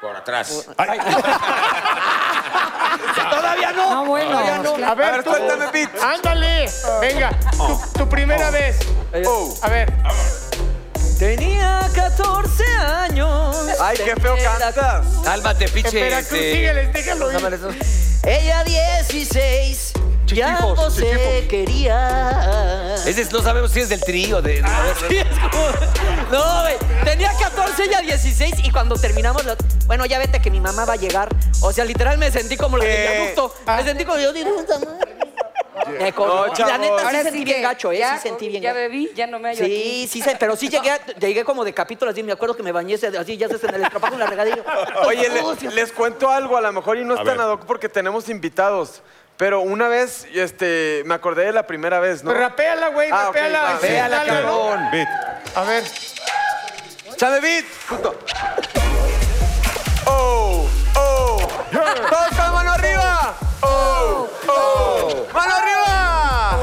Speaker 9: Por atrás.
Speaker 3: Todavía no.
Speaker 11: No, bueno.
Speaker 3: Todavía no.
Speaker 11: claro.
Speaker 6: A ver,
Speaker 7: tú.
Speaker 6: suéltame, Pete.
Speaker 7: Ándale. Venga, tu, tu primera vez.
Speaker 6: Oh.
Speaker 7: A ver.
Speaker 3: Tenía 14 años.
Speaker 4: Eh,
Speaker 6: Ay, qué feo cantas.
Speaker 4: Cálmate, piche.
Speaker 7: Espera,
Speaker 4: este,
Speaker 7: Cruz, síguele, déjalo ir.
Speaker 4: cámara, eso.
Speaker 3: Ella 16. Ya
Speaker 4: Chiquifos,
Speaker 3: no se
Speaker 4: chiquifos.
Speaker 3: quería.
Speaker 4: Ese es- no sabemos si es del trío. De, de-
Speaker 9: Ah.
Speaker 3: Sí, es como- No, güey. Tenía 14, ella 16 y cuando terminamos, la- bueno, ya vete que mi mamá va a llegar. O sea, literal me sentí como la
Speaker 6: Eh,
Speaker 3: de gusto.
Speaker 11: ah.
Speaker 3: Me sentí como yo. Me colgó.
Speaker 6: No,
Speaker 3: la
Speaker 6: chavos.
Speaker 3: neta sí
Speaker 11: Ahora
Speaker 3: sentí
Speaker 11: sí
Speaker 3: bien
Speaker 11: que
Speaker 3: gacho, ¿eh?
Speaker 11: ya-
Speaker 3: sí sentí bien
Speaker 11: Ya
Speaker 3: gacho.
Speaker 11: bebí, ya no me hallo
Speaker 3: Sí,
Speaker 11: aquí.
Speaker 3: sí, sé, pero sí llegué, a- llegué como de capítulo así, me acuerdo que me bañé así, así, ya se en el estropajo en la regadilla.
Speaker 6: Oye, le- les cuento algo, a lo mejor, y no es
Speaker 12: A
Speaker 6: tan
Speaker 12: ver.
Speaker 6: ad hoc porque tenemos invitados. Pero una vez, este, me acordé de la primera vez, ¿no?
Speaker 7: Pero rapéala, güey,
Speaker 6: Ah, ok,
Speaker 7: rapéala.
Speaker 6: va.
Speaker 7: inténtala, ¿no?
Speaker 6: A ver. ¡Chame beat! Puto. ¡Oh! ¡Oh! ¡Todos con la mano arriba! ¡Oh! ¡Oh! ¡Mano arriba!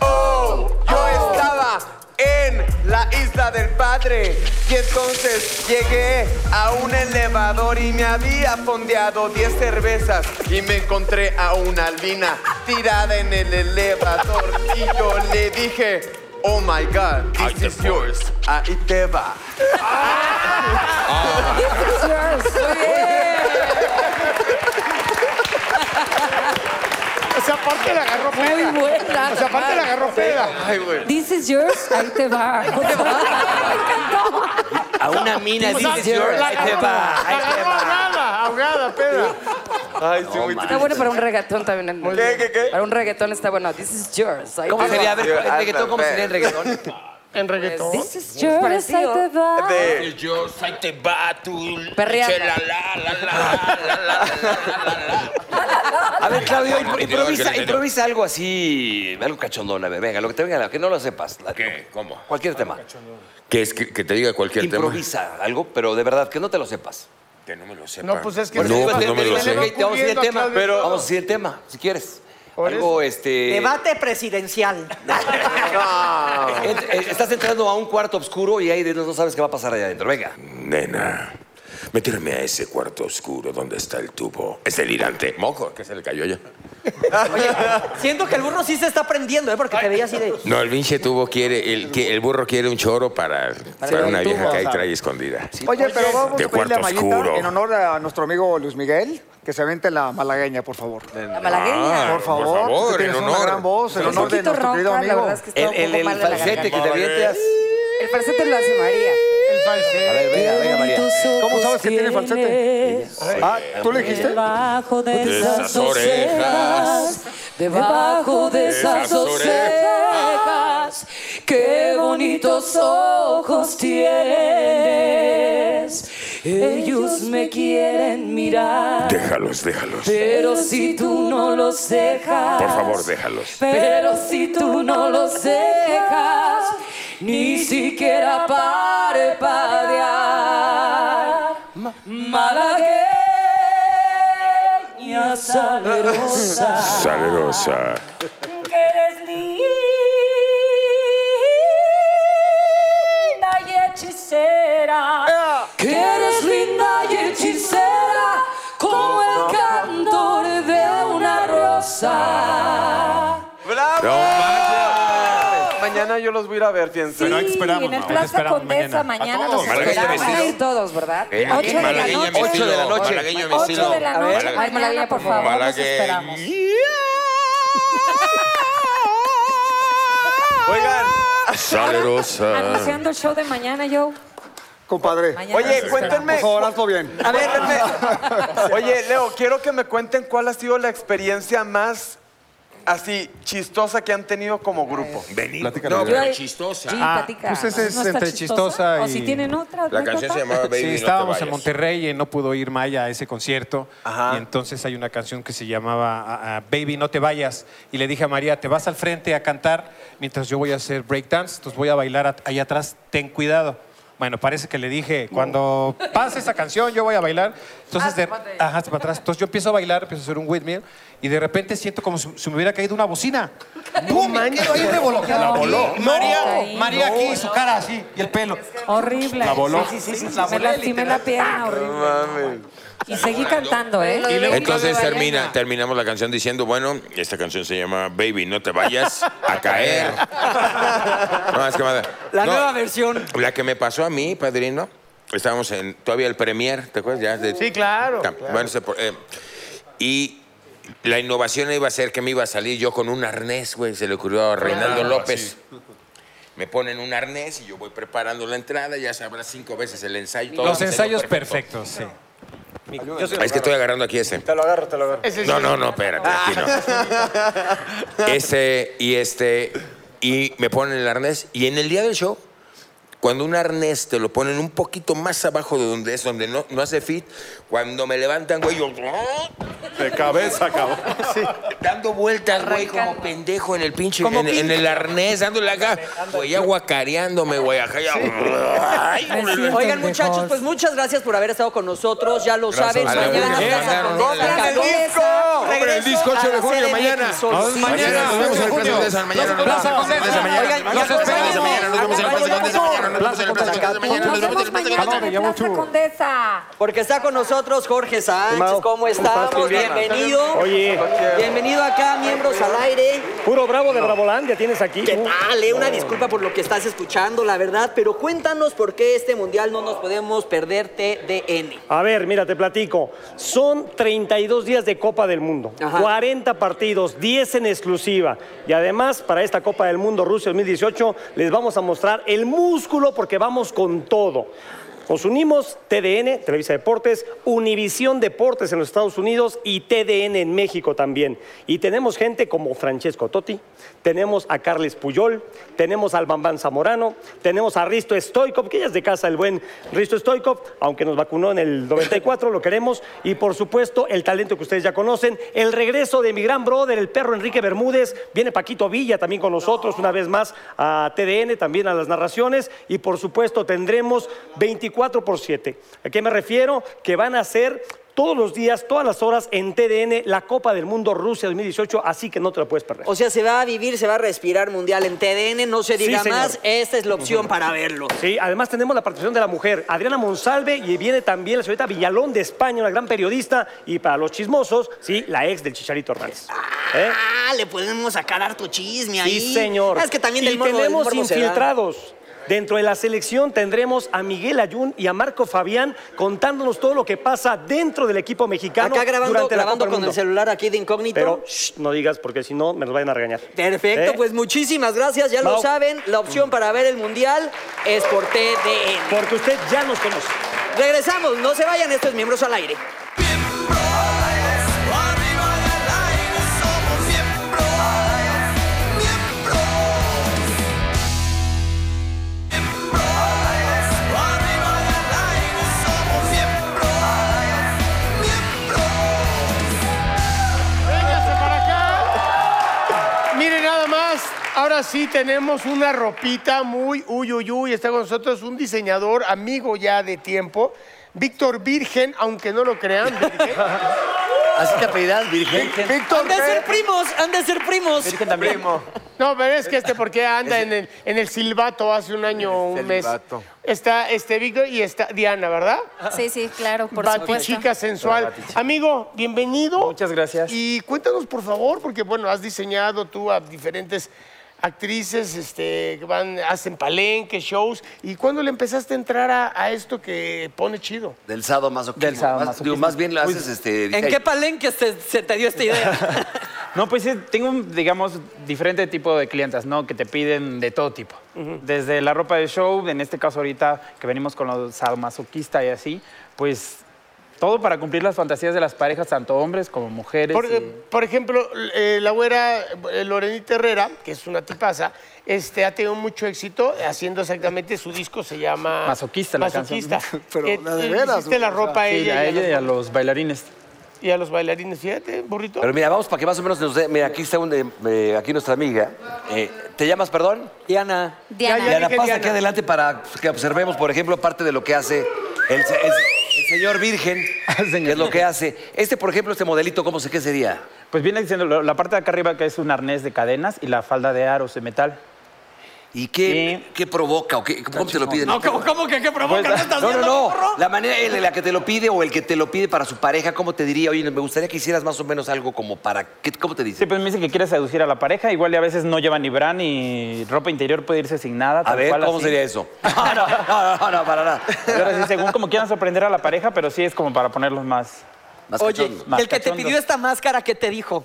Speaker 6: ¡Oh! Yo estaba en la isla del padre y entonces llegué a un elevador y me había fondeado 10 cervezas y me encontré a una albina tirada en el elevador y yo le dije, oh my god, this is yours, ahí te va.
Speaker 12: Ah.
Speaker 7: O sea, aparte la agarró peda.
Speaker 13: Muy buena.
Speaker 7: O sea, aparte la agarró peda.
Speaker 6: Ay, güey.
Speaker 13: This is yours, ahí te va.
Speaker 4: A una mina,
Speaker 7: O sea,
Speaker 4: dices, "Yours",
Speaker 7: la
Speaker 4: ahí te
Speaker 7: agarró-
Speaker 4: va,
Speaker 7: la
Speaker 4: ahí te
Speaker 7: agarró
Speaker 4: va.
Speaker 7: ahogada, ahogada, peda.
Speaker 6: Ay, sí, muy
Speaker 11: Está bueno para un reggaetón también.
Speaker 6: ¿Qué, qué, qué?
Speaker 11: Para un reggaetón está bueno. This is yours. ahí
Speaker 4: ¿Cómo
Speaker 11: te
Speaker 4: sería?
Speaker 11: va.
Speaker 4: A ver, ¿cuál es el reggaetón? ¿Cómo sería el reggaetón?
Speaker 7: En reggaetón.
Speaker 11: This is
Speaker 13: Yours,
Speaker 11: yours.
Speaker 13: ahí te va.
Speaker 6: De-
Speaker 9: Yo, ahí te va tu
Speaker 11: Perreando.
Speaker 9: chela, la, la, la, la, la,
Speaker 4: A ver, Claudio, impro-
Speaker 9: Dios,
Speaker 4: improvisa,
Speaker 9: que le-
Speaker 4: improvisa algo así, algo cachondón. A ver, venga, lo que te venga, lo que no lo sepas. la-
Speaker 9: ¿Qué? ¿Cómo?
Speaker 4: Cualquier tema.
Speaker 9: Que, es que, que te diga cualquier
Speaker 4: Improvisa algo, pero de verdad, que no te lo sepas.
Speaker 9: tema. Que no me lo sepa.
Speaker 7: No, pues es que
Speaker 9: No,
Speaker 7: se
Speaker 9: pues
Speaker 7: va-
Speaker 9: no me
Speaker 7: se
Speaker 9: lo
Speaker 7: le
Speaker 9: sé.
Speaker 7: va
Speaker 4: Ok, te vamos a decir el
Speaker 7: ocurriendo a
Speaker 4: tema.
Speaker 7: Claudio.
Speaker 4: Pero... Vamos a decir el tema, si quieres.
Speaker 7: Por
Speaker 4: Algo, este...
Speaker 3: Eh. Debate presidencial.
Speaker 4: Ent- eh, Estás entrando a un cuarto oscuro y ahí de- no sabes qué va a pasar allá adentro. Venga.
Speaker 9: Nena, meterme a ese cuarto oscuro donde está el tubo. Es delirante. Moco, que se le cayó ya.
Speaker 3: Oye, siento que el burro sí se está prendiendo, ¿eh? Porque te veía así de.
Speaker 9: No, el pinche tubo quiere, el, que- el burro quiere un choro para, para una
Speaker 5: el tubo,
Speaker 9: vieja
Speaker 5: pues.
Speaker 9: que ahí
Speaker 5: o sea.
Speaker 9: trae escondida.
Speaker 5: Oye, pero vamos
Speaker 9: De
Speaker 5: a pedirle a
Speaker 9: cuarto
Speaker 5: Mayita,
Speaker 9: oscuro.
Speaker 5: en honor a nuestro amigo Luis Miguel, que se aviente la malagueña, por favor.
Speaker 11: La malagueña.
Speaker 5: Ah, por favor, tú que
Speaker 9: en
Speaker 5: tienes una
Speaker 9: honor.
Speaker 5: gran voz, en
Speaker 11: un
Speaker 5: honor de
Speaker 11: poquito
Speaker 5: nuestro
Speaker 11: ronca,
Speaker 5: querido
Speaker 11: la
Speaker 5: amigo.
Speaker 11: verdad es que está
Speaker 4: El,
Speaker 11: un poco
Speaker 4: el- el
Speaker 11: mal de la
Speaker 4: falsete que
Speaker 11: garganta.
Speaker 4: te avientas.
Speaker 11: El falsete lo hace María.
Speaker 7: El falsete.
Speaker 4: A ver, venga, venga, María.
Speaker 5: ¿Cómo sabes que tiene falsete? Ah, ¿tú le dijiste?
Speaker 11: Ah.
Speaker 13: Debajo de
Speaker 9: esas
Speaker 13: esas orejas, debajo de esas
Speaker 9: esas
Speaker 13: orejas, qué bonitos ojos tienes. Ellos me quieren mirar,
Speaker 9: Déjalos, déjalos.
Speaker 13: pero si tú no los dejas.
Speaker 9: Por favor, déjalos.
Speaker 13: Pero si tú no los dejas, ni siquiera parpadear. Malagueña salerosa,
Speaker 9: Salerosa.
Speaker 13: que eres linda y hechicera. Que eres linda y hechicera, como el cantor de una rosa.
Speaker 6: ¡Bravo!
Speaker 9: No
Speaker 6: Mañana yo los voy a ir a ver, fíjense.
Speaker 13: Sí,
Speaker 12: Bueno, ahí te esperamos,
Speaker 13: en el
Speaker 12: mamá, ahí te
Speaker 13: Plaza
Speaker 12: esperamos
Speaker 13: Condesa
Speaker 12: mañana.
Speaker 13: mañana
Speaker 12: A
Speaker 13: los
Speaker 12: todos.
Speaker 9: Malagueña
Speaker 11: Van a
Speaker 13: esperamos.
Speaker 11: ir todos, ¿verdad?
Speaker 9: Eh,
Speaker 11: Ocho de la
Speaker 9: malagueña
Speaker 11: noche.
Speaker 9: mi
Speaker 4: Ocho de la
Speaker 9: estilo,
Speaker 4: noche.
Speaker 9: Malagueño mi
Speaker 11: Ocho
Speaker 9: estilo.
Speaker 11: de la
Speaker 4: A ver.
Speaker 11: noche. Ay, Malagueña, por favor, los esperamos.
Speaker 6: Oigan,
Speaker 9: Salerosa.
Speaker 13: Anunciando el show de mañana, yo.
Speaker 5: Compadre,
Speaker 11: Mañana los
Speaker 6: oye,
Speaker 11: esperamos.
Speaker 5: por
Speaker 6: cuéntenme.
Speaker 5: favor, hazlo bien.
Speaker 6: A ver, denme- Oye, Leo, quiero que me cuenten cuál ha sido la experiencia más así chistosa que han tenido como grupo.
Speaker 9: Vení.
Speaker 12: Platícale.
Speaker 9: No,
Speaker 12: Yo
Speaker 9: pero
Speaker 13: ahí-
Speaker 9: chistosa.
Speaker 13: Sí,
Speaker 14: Ah,
Speaker 13: platica.
Speaker 14: pues ese es
Speaker 13: está
Speaker 14: entre chistosa
Speaker 13: O si
Speaker 14: y-
Speaker 13: tienen otra.
Speaker 9: La canción se llamaba Baby.
Speaker 14: Sí,
Speaker 9: no te
Speaker 14: estábamos en
Speaker 9: vayas.
Speaker 14: Monterrey y no pudo ir Maya a ese concierto.
Speaker 6: Ajá.
Speaker 14: Y entonces hay una canción que se llamaba ah, ah, Baby, no te vayas. Y le dije a María, te vas al frente a cantar mientras yo voy a hacer breakdance, entonces voy a bailar at- ahí atrás, ten cuidado. Bueno, parece que le dije, cuando pase esa canción, yo voy a bailar. Entonces,
Speaker 11: Hazte
Speaker 14: de-
Speaker 11: para atrás.
Speaker 14: ajá, hazte para atrás. Entonces yo empiezo a bailar, empiezo a hacer un windmill y de repente siento como si, si me hubiera caído una bocina. ¡Pum! Me quedo ahí revoloteado. No, María, María aquí, su cara así y el pelo.
Speaker 13: Horrible. La
Speaker 14: voló.
Speaker 13: Sí, sí, sí. sí, Me lastimé la pierna, horrible. Y seguí cantando, ¿eh?
Speaker 14: Y luego-
Speaker 9: Entonces
Speaker 14: Claudio
Speaker 9: termina,
Speaker 14: Ballena.
Speaker 9: terminamos la canción diciendo, bueno, esta canción se llama Baby, no te vayas a caer. no, es que madre.
Speaker 3: La
Speaker 9: No,
Speaker 3: nueva versión.
Speaker 9: La que me pasó a mí, padrino, estábamos en todavía el premier, ¿te acuerdas? Ya, de-
Speaker 7: Sí, claro.
Speaker 9: Tam- bueno, se por- eh, y la innovación iba a ser que me iba a salir yo con un arnés, güey. Se le ocurrió a Reinaldo López. Me ponen un arnés y yo voy preparando la entrada, ya sabrá cinco veces el ensayo. todo
Speaker 14: Los
Speaker 9: salió
Speaker 14: ensayos
Speaker 9: perfecto.
Speaker 14: perfectos, sí.
Speaker 9: Es que estoy agarrando aquí ese.
Speaker 6: Te lo agarro, te lo agarro.
Speaker 7: Ese sí.
Speaker 9: No, no, no, espérate, aquí no. Ese y este y me ponen el arnés y en el día del show cuando un arnés te lo ponen un poquito más abajo de donde es, donde no, no hace fit, cuando me levantan, güey, yo...
Speaker 12: De cabeza, cabrón.
Speaker 9: Dando vueltas, güey, como pendejo en el pinche, en, en el arnés, dándole acá, güey, ya guacareándome, güey, acá ya. Ay,
Speaker 3: Oigan, muchachos, pues muchas gracias por haber estado con nosotros. Ya lo
Speaker 9: Gracias,
Speaker 3: saben.
Speaker 9: vale,
Speaker 3: Mañana
Speaker 9: vale.
Speaker 3: plaza con
Speaker 9: Compren
Speaker 3: Esa
Speaker 9: el
Speaker 3: Cardosa.
Speaker 9: disco. Compren el
Speaker 3: Regreso
Speaker 9: disco, ocho de
Speaker 3: a la
Speaker 9: junio,
Speaker 3: CDMX
Speaker 9: mañana.
Speaker 3: Sol.
Speaker 9: Sí, mañana,
Speaker 3: Mañana,
Speaker 9: nos vemos en el
Speaker 3: junio.
Speaker 9: Plaza Condesa, mañana, nos vemos en el Plaza Condesa, mañana.
Speaker 3: Oigan,
Speaker 9: Nos
Speaker 3: ya
Speaker 9: esperamos
Speaker 3: saben,
Speaker 9: mañana, nos vemos en el Plaza Condesa, mañana, nos vemos en el Plaza Condesa, mañana, nos vemos en el Plaza Condesa.
Speaker 3: Porque está con nosotros Jorge Sánchez.
Speaker 15: Mao,
Speaker 3: ¿Cómo
Speaker 15: ¿cómo estás?
Speaker 3: estamos?
Speaker 15: Bien.
Speaker 3: Bienvenido.
Speaker 15: Oye.
Speaker 3: Bienvenido acá, miembros al aire.
Speaker 15: Puro bravo de Bravolandia tienes aquí. Uh.
Speaker 3: ¿Qué tal? eh? Una disculpa por lo que estás escuchando, la verdad, pero cuéntanos por qué este mundial no nos podemos perder TDN.
Speaker 15: A ver, mira, te platico. Son 32 días de Copa del Mundo, 40 partidos, 10 en exclusiva. Y además, para esta Copa del Mundo Rusia 2018, les vamos a mostrar el músculo porque vamos con todo. Nos unimos TDN, Televisa Deportes, Univisión Deportes en los Estados Unidos y TDN en México también. Y tenemos gente como Francesco Totti, tenemos a Carles Puyol, tenemos al Bambán Zamorano, tenemos a Risto Stoikov, que ya es de casa el buen Risto Stoikov, aunque nos vacunó en el 94, lo queremos. Y por supuesto, el talento que ustedes ya conocen, el regreso de mi gran brother, el perro Enrique Bermúdez, viene Paquito Villa también con nosotros, una vez más a TDN, también a las narraciones. Y por supuesto, tendremos 24 por 7. ¿A qué me refiero? Que van a ser todos los días, todas las horas en TDN, la Copa del Mundo Rusia 2018, así que no te la puedes perder.
Speaker 3: O sea, se va a vivir, se va a respirar mundial en TDN, no se
Speaker 15: Sí,
Speaker 3: diga
Speaker 15: señor.
Speaker 3: más, esta es la opción para verlo.
Speaker 15: Sí, además tenemos la participación de la mujer, Adriana Monsalve, y viene también la señorita Villalón de España, una gran periodista, y para los chismosos, sí, la ex del Chicharito Hernández. ¿Eh?
Speaker 3: Ah, le podemos sacar harto chisme ahí. Ah,
Speaker 15: Sí, señor.
Speaker 3: Es que también
Speaker 15: y
Speaker 3: del morbo, del
Speaker 15: tenemos
Speaker 3: morbo se da.
Speaker 15: infiltrados. Dentro de la selección tendremos a Miguel Ayun y a Marco Fabián contándonos todo lo que pasa dentro del equipo mexicano
Speaker 3: Acá grabando,
Speaker 15: durante la
Speaker 3: grabando
Speaker 15: Copa del
Speaker 3: con el
Speaker 15: Mundo.
Speaker 3: celular aquí de incógnito.
Speaker 15: Pero shh, no digas porque si no me los vayan a regañar.
Speaker 3: Perfecto,
Speaker 15: ¿Eh?
Speaker 3: pues muchísimas gracias, ya lo
Speaker 15: Mau.
Speaker 3: saben, la opción para ver el mundial es por TDN.
Speaker 15: Porque usted ya nos conoce.
Speaker 3: Regresamos, no se vayan estos miembros al aire.
Speaker 7: Miren nada más, ahora sí tenemos una ropita muy uy uy uy. Está con nosotros un diseñador, amigo ya de tiempo, Víctor Virgen, aunque no lo crean.
Speaker 16: ¿Así te apellidas, Virgen?
Speaker 7: Víctor
Speaker 3: Han de ser primos, han de ser primos.
Speaker 7: Virgen también. No, pero es que este, porque anda en el, en el silbato hace un año o un mes.
Speaker 6: silbato.
Speaker 7: Está este Víctor y está Diana, ¿verdad?
Speaker 17: Sí, sí, claro, por
Speaker 7: Batichica
Speaker 17: supuesto.
Speaker 7: chica sensual. Amigo, bienvenido. Muchas gracias. Y cuéntanos, por favor, porque bueno, has diseñado tú a diferentes actrices este, que van, hacen palenque, shows. ¿Y cuándo le empezaste a entrar a, a esto que pone chido?
Speaker 16: Del sábado más Del
Speaker 4: Más, digo, más bien lo haces este.
Speaker 16: ¿En qué
Speaker 3: palenque se, te dio esta idea?
Speaker 18: no, pues sí, tengo, un, digamos, diferente tipo de clientas, ¿no? Que te piden de todo tipo. Desde la ropa de show, en este caso ahorita que venimos con los sadomasoquistas y así, pues todo para cumplir las fantasías de las parejas, tanto hombres como mujeres.
Speaker 7: Por,
Speaker 18: y-
Speaker 7: por ejemplo, eh, la güera eh, Lorenita Herrera, que es una tipaza, este, ha tenido mucho éxito haciendo exactamente su disco, se llama...
Speaker 18: Masoquista la canción.
Speaker 7: Masoquista. Que
Speaker 18: la
Speaker 7: le hiciste la ropa a ella,
Speaker 18: Sí, a
Speaker 7: y, a
Speaker 18: ella y a los bailarines.
Speaker 7: los, y a los bailarines. Fíjate, burrito.
Speaker 4: Pero mira, vamos para que más o menos nos dé. Mira, aquí está un, eh, eh, aquí nuestra amiga. Eh, ¿Te llamas, perdón?
Speaker 3: Diana.
Speaker 4: Diana,
Speaker 7: Ya, ya dije
Speaker 4: pasa
Speaker 7: Diana.
Speaker 4: aquí adelante para que observemos, por ejemplo, parte de lo que hace el, se- el- el señor Virgen, que es lo que hace. Este, por ejemplo, este modelito, ¿cómo se qué sería?
Speaker 18: Pues viene diciendo lo- la parte de acá arriba que es un arnés de cadenas y la falda de aros de metal.
Speaker 4: ¿Y qué, qué provoca? O qué, ¿Cómo te lo piden?
Speaker 18: No, ¿cómo-
Speaker 3: que qué
Speaker 18: provoca? Pues, ¿No estás
Speaker 4: no, no,
Speaker 18: viendo,
Speaker 4: no.
Speaker 18: burro?
Speaker 4: La manera en la que te lo pide o el que te lo pide para su pareja, ¿cómo te diría? Oye, me gustaría que hicieras más o menos algo como para... ¿qué- ¿Cómo te dice?
Speaker 18: Sí, pues me dice que quiere seducir a la pareja, igual y a veces no lleva ni bra ni ropa interior, puede irse sin nada.
Speaker 4: A ver, ¿cómo sería eso? No, no, no, no, para nada.
Speaker 18: Ahora sí, según como quieran sorprender a la pareja, pero sí es como para ponerlos más...
Speaker 3: Oye,
Speaker 18: más
Speaker 3: el que te
Speaker 18: cachondos.
Speaker 3: pidió esta máscara, ¿qué te dijo?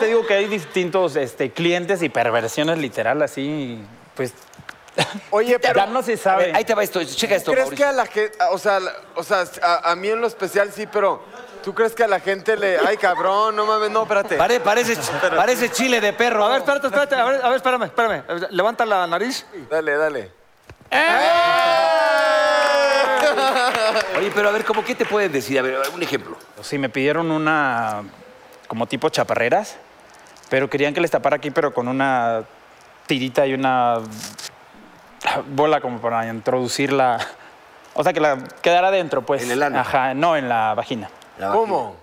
Speaker 18: Te digo que hay distintos este, clientes y perversiones literal así, pues...
Speaker 6: Oye,
Speaker 18: Ya no se sabe.
Speaker 4: ahí te va esto, checa
Speaker 6: ¿Crees que a la gente, o sea, la- o sea a, a mí en lo especial sí, pero tú crees que a la gente le, ay cabrón, no mames, no, espérate.
Speaker 16: Pare- parece, parece chile de perro. A ver, espérate, espérate. A ver, a ver, espérame, espérame. Levanta la nariz.
Speaker 6: Dale, dale.
Speaker 4: Oye, pero a ver, ¿cómo qué te pueden decir? A ver, un ejemplo.
Speaker 18: Sí, me pidieron una como tipo chaparreras, pero querían que les tapara aquí, pero con una tirita y una bola como para introducirla. O sea, que la quedara adentro, pues. ¿En el ano? Ajá, no, en la vagina.
Speaker 6: ¿Cómo?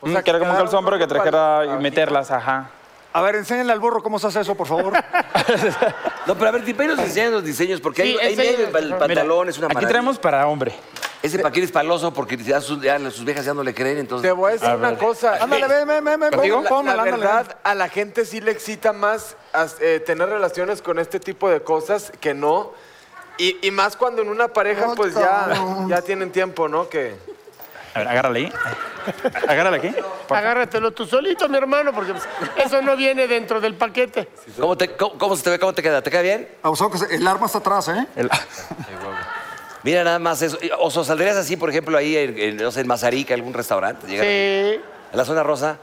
Speaker 18: Mm, que era como un calzón, pero que trajera y meterlas, ajá.
Speaker 5: A ver, enséñale al burro cómo se hace eso, por favor.
Speaker 4: No, pero a ver, primero nos enseñan los diseños, porque
Speaker 18: Sí,
Speaker 4: hay, hay
Speaker 18: enseña-
Speaker 4: medio para el
Speaker 18: Mira,
Speaker 4: pantalón, es una
Speaker 18: aquí
Speaker 4: maravilla.
Speaker 18: traemos para hombre.
Speaker 4: Ese paquín es paloso porque ya sus, ya sus viejas ya no le creen, entonces...
Speaker 6: Te voy a decir
Speaker 4: A
Speaker 6: una
Speaker 4: ver.
Speaker 6: cosa.
Speaker 4: Ándale,
Speaker 6: Eh,
Speaker 4: ven, ven, ven, ven,
Speaker 6: ¿Contigo?
Speaker 4: pon-
Speaker 6: La,
Speaker 4: pon- ándale,
Speaker 6: verdad, a la gente sí le excita más as- eh, tener relaciones con este tipo de cosas que no. Y, y más cuando en una pareja, pues ya, ya tienen tiempo, ¿no? Que.
Speaker 18: A ver, agárrale ahí. Agárrale aquí.
Speaker 7: Agárratelo tú solito, mi hermano, porque pues, eso no viene dentro del paquete.
Speaker 4: ¿Cómo, te- cómo- cómo se te ve? ¿Cómo te queda? ¿Te queda bien?
Speaker 5: el arma está atrás, ¿eh?
Speaker 4: Mira nada más eso. ¿O so- saldrías así, por ejemplo, ahí, en, en, no sé, en Mazarica, algún restaurante? Llegar-
Speaker 7: Sí.
Speaker 4: ¿En la zona rosa?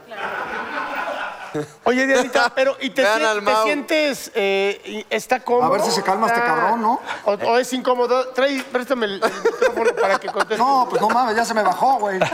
Speaker 7: Oye, Dianita, pero ¿y te,
Speaker 4: Vean
Speaker 7: sien-
Speaker 4: al
Speaker 7: te
Speaker 4: Mau.
Speaker 7: sientes, eh, y- está cómodo?
Speaker 5: A ver si se calma este
Speaker 7: Está-
Speaker 5: cabrón, ¿no?
Speaker 7: O, o es incómodo. Trae, préstame el, el micrófono para que conteste.
Speaker 5: No, pues no mames, ya se me bajó, güey.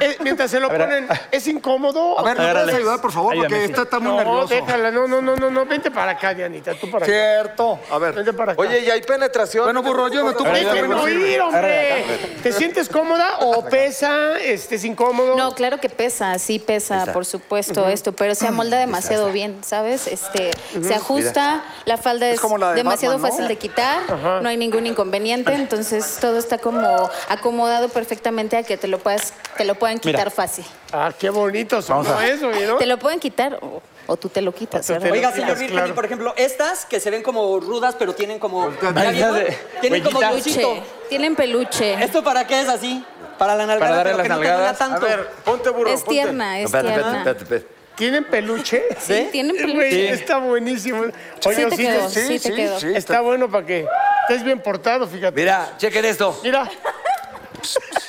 Speaker 7: Eh, mientras se lo ponen, ¿es incómodo?
Speaker 5: A ver, ¿me puedes Agárrale. ayudar, por favor? Porque
Speaker 7: Ayúdame,
Speaker 5: está- está muy
Speaker 7: no,
Speaker 5: nervioso.
Speaker 7: déjala, no, no, no, no, no, vente para acá, Dianita, tú para acá.
Speaker 5: Cierto.
Speaker 6: A ver.
Speaker 7: Vente para acá.
Speaker 6: Oye, ¿y hay penetración? Bueno, burro, yo me
Speaker 7: Tú déjame oír, hombre. ¿Te sientes cómoda o pesa? Este, ¿Es incómodo?
Speaker 17: No, claro que pesa, sí pesa,
Speaker 7: Pesa.
Speaker 17: por supuesto, esto, pero se amolda demasiado bien, ¿sabes? Este,
Speaker 7: Ujú.
Speaker 17: se ajusta, la falda es,
Speaker 7: como la de
Speaker 17: demasiado
Speaker 7: Batman, ¿no?
Speaker 17: fácil de quitar,
Speaker 7: Ajá.
Speaker 17: no hay ningún inconveniente, entonces todo está como acomodado perfectamente a que te lo puedas, te lo puedan
Speaker 7: Mira.
Speaker 17: quitar fácil.
Speaker 7: Ah, qué bonito sonó
Speaker 17: Vamos a-
Speaker 7: eso, ¿no?
Speaker 17: Te lo pueden quitar oh, o, o tú te lo quitas, ¿verdad?
Speaker 3: ¿eh? Oiga, señor Virgen, y por ejemplo, estas que se ven como rudas, pero tienen como. ¿Ya
Speaker 17: Ay,
Speaker 3: vieron?
Speaker 17: ya de-
Speaker 3: Tienen como
Speaker 17: Huellita.
Speaker 3: peluche.
Speaker 17: Peluche. Tienen peluche.
Speaker 3: ¿Esto para qué es así? Para la nalgada,
Speaker 6: darle
Speaker 3: pero que
Speaker 6: las
Speaker 3: no te duela
Speaker 6: nalgadas.
Speaker 3: tanto.
Speaker 6: A ver, ponte burro,
Speaker 17: Es
Speaker 6: ponte.
Speaker 17: tierna, es tierna.
Speaker 7: ¿Tienen peluche?
Speaker 17: Sí, tienen
Speaker 7: Güey,
Speaker 17: peluche.
Speaker 7: Está buenísimo.
Speaker 17: Sí te quedó, sí te quedó.
Speaker 7: está, bueno para que estés bien portado, fíjate.
Speaker 4: Mira, chequen esto.
Speaker 7: Mira.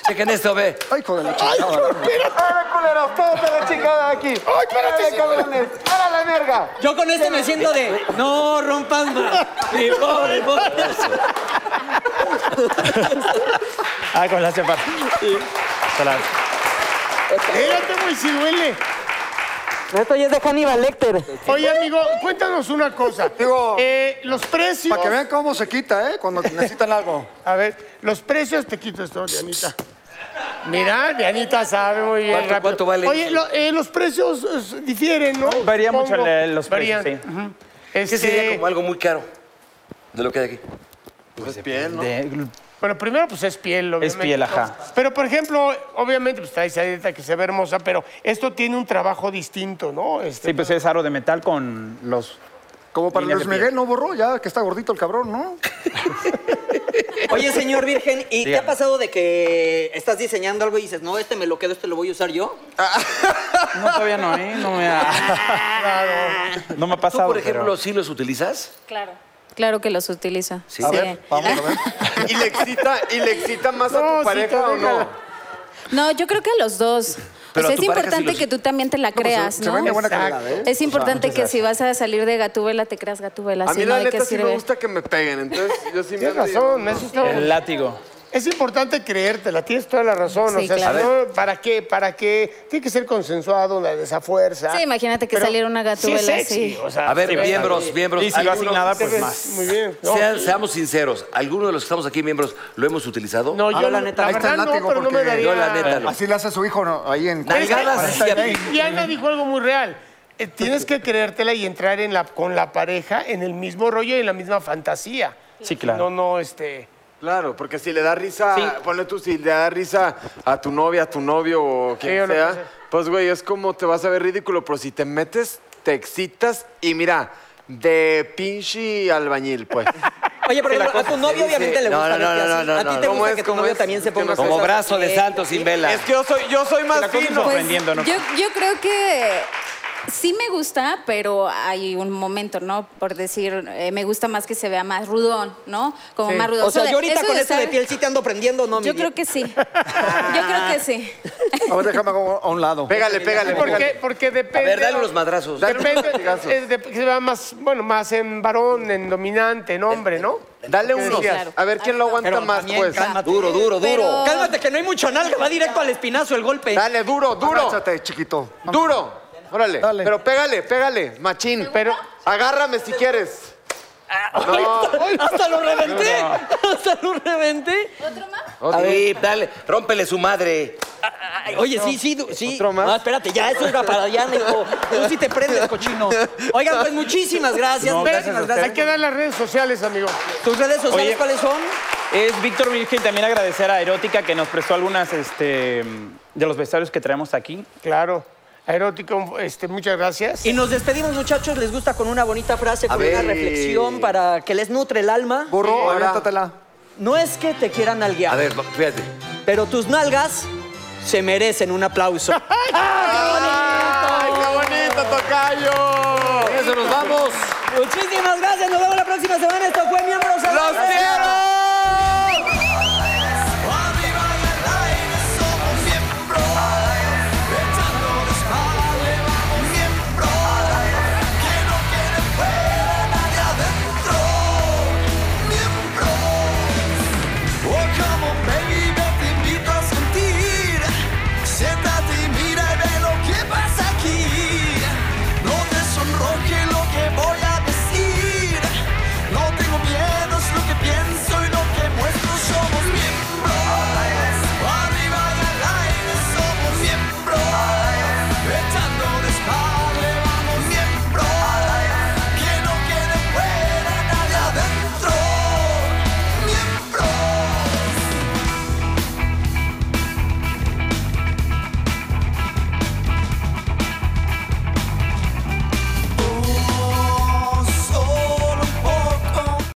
Speaker 4: Chequen esto, ve.
Speaker 5: Ay, joder, la
Speaker 7: Ay,
Speaker 5: espérate. culeros, todos a la chingada aquí. Ay, espérate, cabrones. ¡Para la verga!
Speaker 3: Yo con este me siento de. No rompas mi pobre pobre.
Speaker 16: Ah, con la chaparra.
Speaker 7: Espérate, güey, si duele.
Speaker 3: Esto ya es de Hannibal Lecter.
Speaker 7: Oye, amigo, cuéntanos una cosa. Digo, los precios.
Speaker 5: Para que vean cómo se quita, ¿eh? Cuando necesitan algo.
Speaker 7: A ver, los precios te quito esto, Dianita. Mira, Dianita sabe muy bien.
Speaker 18: ¿Cuánto-
Speaker 7: rápido.
Speaker 18: cuánto vale?
Speaker 7: Oye, lo- eh, los precios eh, difieren, ¿no?
Speaker 18: Varía mucho
Speaker 7: Supongo.
Speaker 18: el- los precios,
Speaker 7: Varían.
Speaker 18: sí.
Speaker 7: Ujú.
Speaker 4: ¿Qué sería
Speaker 7: Este,
Speaker 4: como algo muy caro de lo que hay aquí? Pues
Speaker 6: piel, ¿no?
Speaker 7: Bueno, primero pues es piel, obviamente.
Speaker 18: piel,
Speaker 7: ¿no?
Speaker 18: ajá.
Speaker 7: Pero, por ejemplo, obviamente pues traes dieta que se ve hermosa, pero esto tiene un trabajo distinto, ¿no? Este,
Speaker 18: Sí, pues es aro de metal con los.
Speaker 5: Como para Luis Miguel no borró, ya que está gordito el cabrón, ¿no?
Speaker 3: Oye, señor Virgen, ¿y te
Speaker 5: Dígame.
Speaker 3: ha pasado de que estás diseñando algo y dices, no, este me lo quedo, este lo voy a usar yo?
Speaker 6: Ah.
Speaker 18: No, todavía no, ¿eh? No me ha. No me ha
Speaker 4: ¿Tú,
Speaker 18: pasado.
Speaker 4: por ejemplo,
Speaker 18: pero-
Speaker 4: sí los utilizas?
Speaker 17: Claro. Claro que los utiliza. Sí.
Speaker 6: ¿Y le excita, y le excita más
Speaker 7: No,
Speaker 6: a
Speaker 7: sí
Speaker 6: tu
Speaker 7: te
Speaker 6: pareja o
Speaker 7: deja.
Speaker 6: no?
Speaker 17: No, yo creo que a los dos.
Speaker 6: Pero
Speaker 17: o
Speaker 6: a
Speaker 17: sea,
Speaker 6: tu
Speaker 17: es
Speaker 6: pareja sí
Speaker 17: importante
Speaker 6: los-
Speaker 17: que tú también te la creas,
Speaker 6: se
Speaker 17: ¿no?
Speaker 6: ven de buena
Speaker 17: Exacto.
Speaker 6: calidad, ¿eh? O
Speaker 17: Es
Speaker 6: sea,
Speaker 17: importante
Speaker 6: muchas
Speaker 17: que
Speaker 6: gracias.
Speaker 17: si vas a salir de Gatúbela, te creas Gatúbela,
Speaker 6: A
Speaker 17: si
Speaker 6: mí
Speaker 17: no,
Speaker 6: la
Speaker 17: ¿de qué
Speaker 6: neta sí me
Speaker 17: sirve?
Speaker 6: gusta que me peguen, entonces yo sí
Speaker 7: Tienes razón, eso está- El
Speaker 18: látigo.
Speaker 7: Es importante creértela, tienes toda la razón.
Speaker 17: Sí,
Speaker 7: o sea, si
Speaker 17: claro.
Speaker 7: no, ¿para qué? ¿Para qué? Tiene que ser consensuado, la de esa fuerza.
Speaker 17: Sí, imagínate que
Speaker 7: Pero
Speaker 17: saliera una
Speaker 7: sí es
Speaker 17: Gatúbela
Speaker 7: sexy,
Speaker 17: así.
Speaker 7: o sea,
Speaker 4: a ver,
Speaker 7: sí,
Speaker 4: miembros,
Speaker 7: sí.
Speaker 4: miembros.
Speaker 7: Y si lo
Speaker 4: ¿alguno-
Speaker 7: asignada, pues más. Muy bien. No,
Speaker 4: Sean-
Speaker 7: sí.
Speaker 4: Seamos sinceros, ¿alguno de los que estamos aquí miembros lo hemos utilizado?
Speaker 7: No, yo Ah, la neta, la verdad no, pero no me daría.
Speaker 4: Yo la neta no.
Speaker 5: Así le hace su hijo ¿no? ahí en...
Speaker 7: Pero es que-
Speaker 4: Nalgadas así a mí.
Speaker 7: Y Ana dijo algo muy real. Eh, Tienes que creértela y entrar en la, con la pareja en el mismo rollo y en la misma fantasía.
Speaker 18: Sí, claro.
Speaker 7: No, no, este.
Speaker 6: Claro, porque si le da risa, ponle tú, si le da risa a tu novia, a tu novio o
Speaker 7: Sí,
Speaker 6: quien
Speaker 7: una
Speaker 6: sea,
Speaker 7: cosa.
Speaker 6: pues güey, es como te vas a ver ridículo, pero si te metes, te excitas y mira, de pinche albañil, pues.
Speaker 3: Oye, pero a tu novio obviamente le
Speaker 6: No,
Speaker 3: gusta
Speaker 6: no, no,
Speaker 3: verte
Speaker 6: no,
Speaker 3: así.
Speaker 6: no,
Speaker 3: a ti
Speaker 6: no,
Speaker 3: te
Speaker 6: ¿cómo
Speaker 3: gusta
Speaker 6: es,
Speaker 3: que tu
Speaker 6: cómo
Speaker 3: novio
Speaker 6: es?
Speaker 3: también se
Speaker 6: Es que
Speaker 3: ponga
Speaker 6: no sé. Como brazo de santo
Speaker 3: sin
Speaker 6: vela. Es que yo soy- yo soy más fino.
Speaker 18: sorprendiendo, ¿no?
Speaker 17: Pues, Yo, yo creo que sí me gusta, pero hay un momento, ¿no? Por decir, eh, me gusta más que se vea más rudón, ¿no? Como
Speaker 3: Sí.
Speaker 17: más rudón.
Speaker 3: O sea,
Speaker 17: Eso de-
Speaker 3: yo ahorita
Speaker 17: eso
Speaker 3: con esto de
Speaker 17: estar-
Speaker 3: piel sí te ando prendiendo, ¿no?
Speaker 17: Yo creo que sí. Yo creo que sí.
Speaker 5: A ver, déjame a un lado.
Speaker 6: Pégale, pégale,
Speaker 7: ¿Por
Speaker 6: pégale.
Speaker 7: qué? Porque depende.
Speaker 4: ver, dale unos madrazos.
Speaker 7: Depende.
Speaker 6: Dale unos madrazos.
Speaker 7: es de- que se vea más, bueno, más en varón, en dominante, en hombre, ¿no?
Speaker 6: Dale
Speaker 3: Sí,
Speaker 6: unos.
Speaker 3: claro.
Speaker 6: A ver quién lo aguanta
Speaker 3: Pero
Speaker 6: más,
Speaker 3: también
Speaker 6: pues.
Speaker 3: cálmate. Duro, duro, duro. Pero- Cálmate, que no hay mucho nalga, va directo al espinazo el golpe.
Speaker 6: Dale, duro, duro.
Speaker 5: Agáchate, chiquito.
Speaker 6: Duro. Órale. Pero pégale, pégale, machín. Pero agárrame si quieres. No.
Speaker 3: ¡Hasta lo reventé! ¡Hasta lo reventé!
Speaker 4: A ver, dale, rómpele su madre.
Speaker 3: Ay, oye, sí, sí, du- sí. No, espérate, ya eso era para allá, hijo. Tú sí te prendes, cochino. Oigan, pues muchísimas gracias.
Speaker 7: No, gracias
Speaker 3: muchísimas
Speaker 7: a ustedes. Hay que dar las redes sociales, amigo.
Speaker 3: ¿Tus redes sociales
Speaker 18: Oye.
Speaker 3: cuáles son?
Speaker 18: Es Víctor Virgen, también agradecer a Erótica que nos prestó algunas este, de los vestuarios que traemos aquí.
Speaker 7: Claro. Erótico, este, muchas gracias.
Speaker 3: Y nos despedimos, muchachos. Les gusta con una bonita frase,
Speaker 7: A
Speaker 3: con una
Speaker 7: ver.
Speaker 3: reflexión para que les nutre el alma.
Speaker 5: Burro,
Speaker 3: Sí, ahora,
Speaker 5: aviéntatela.
Speaker 3: No es que te quieran
Speaker 4: A
Speaker 3: nalguear,
Speaker 4: ver, va- fíjate.
Speaker 3: pero tus nalgas se merecen un aplauso.
Speaker 6: ¡Ay, qué bonito, Tocayo!
Speaker 4: Con eso nos vamos.
Speaker 3: Muchísimas gracias. Nos vemos la próxima semana. Esto fue Miembros al
Speaker 6: ¡Los
Speaker 3: Aire.
Speaker 6: quiero!
Speaker 10: Oh,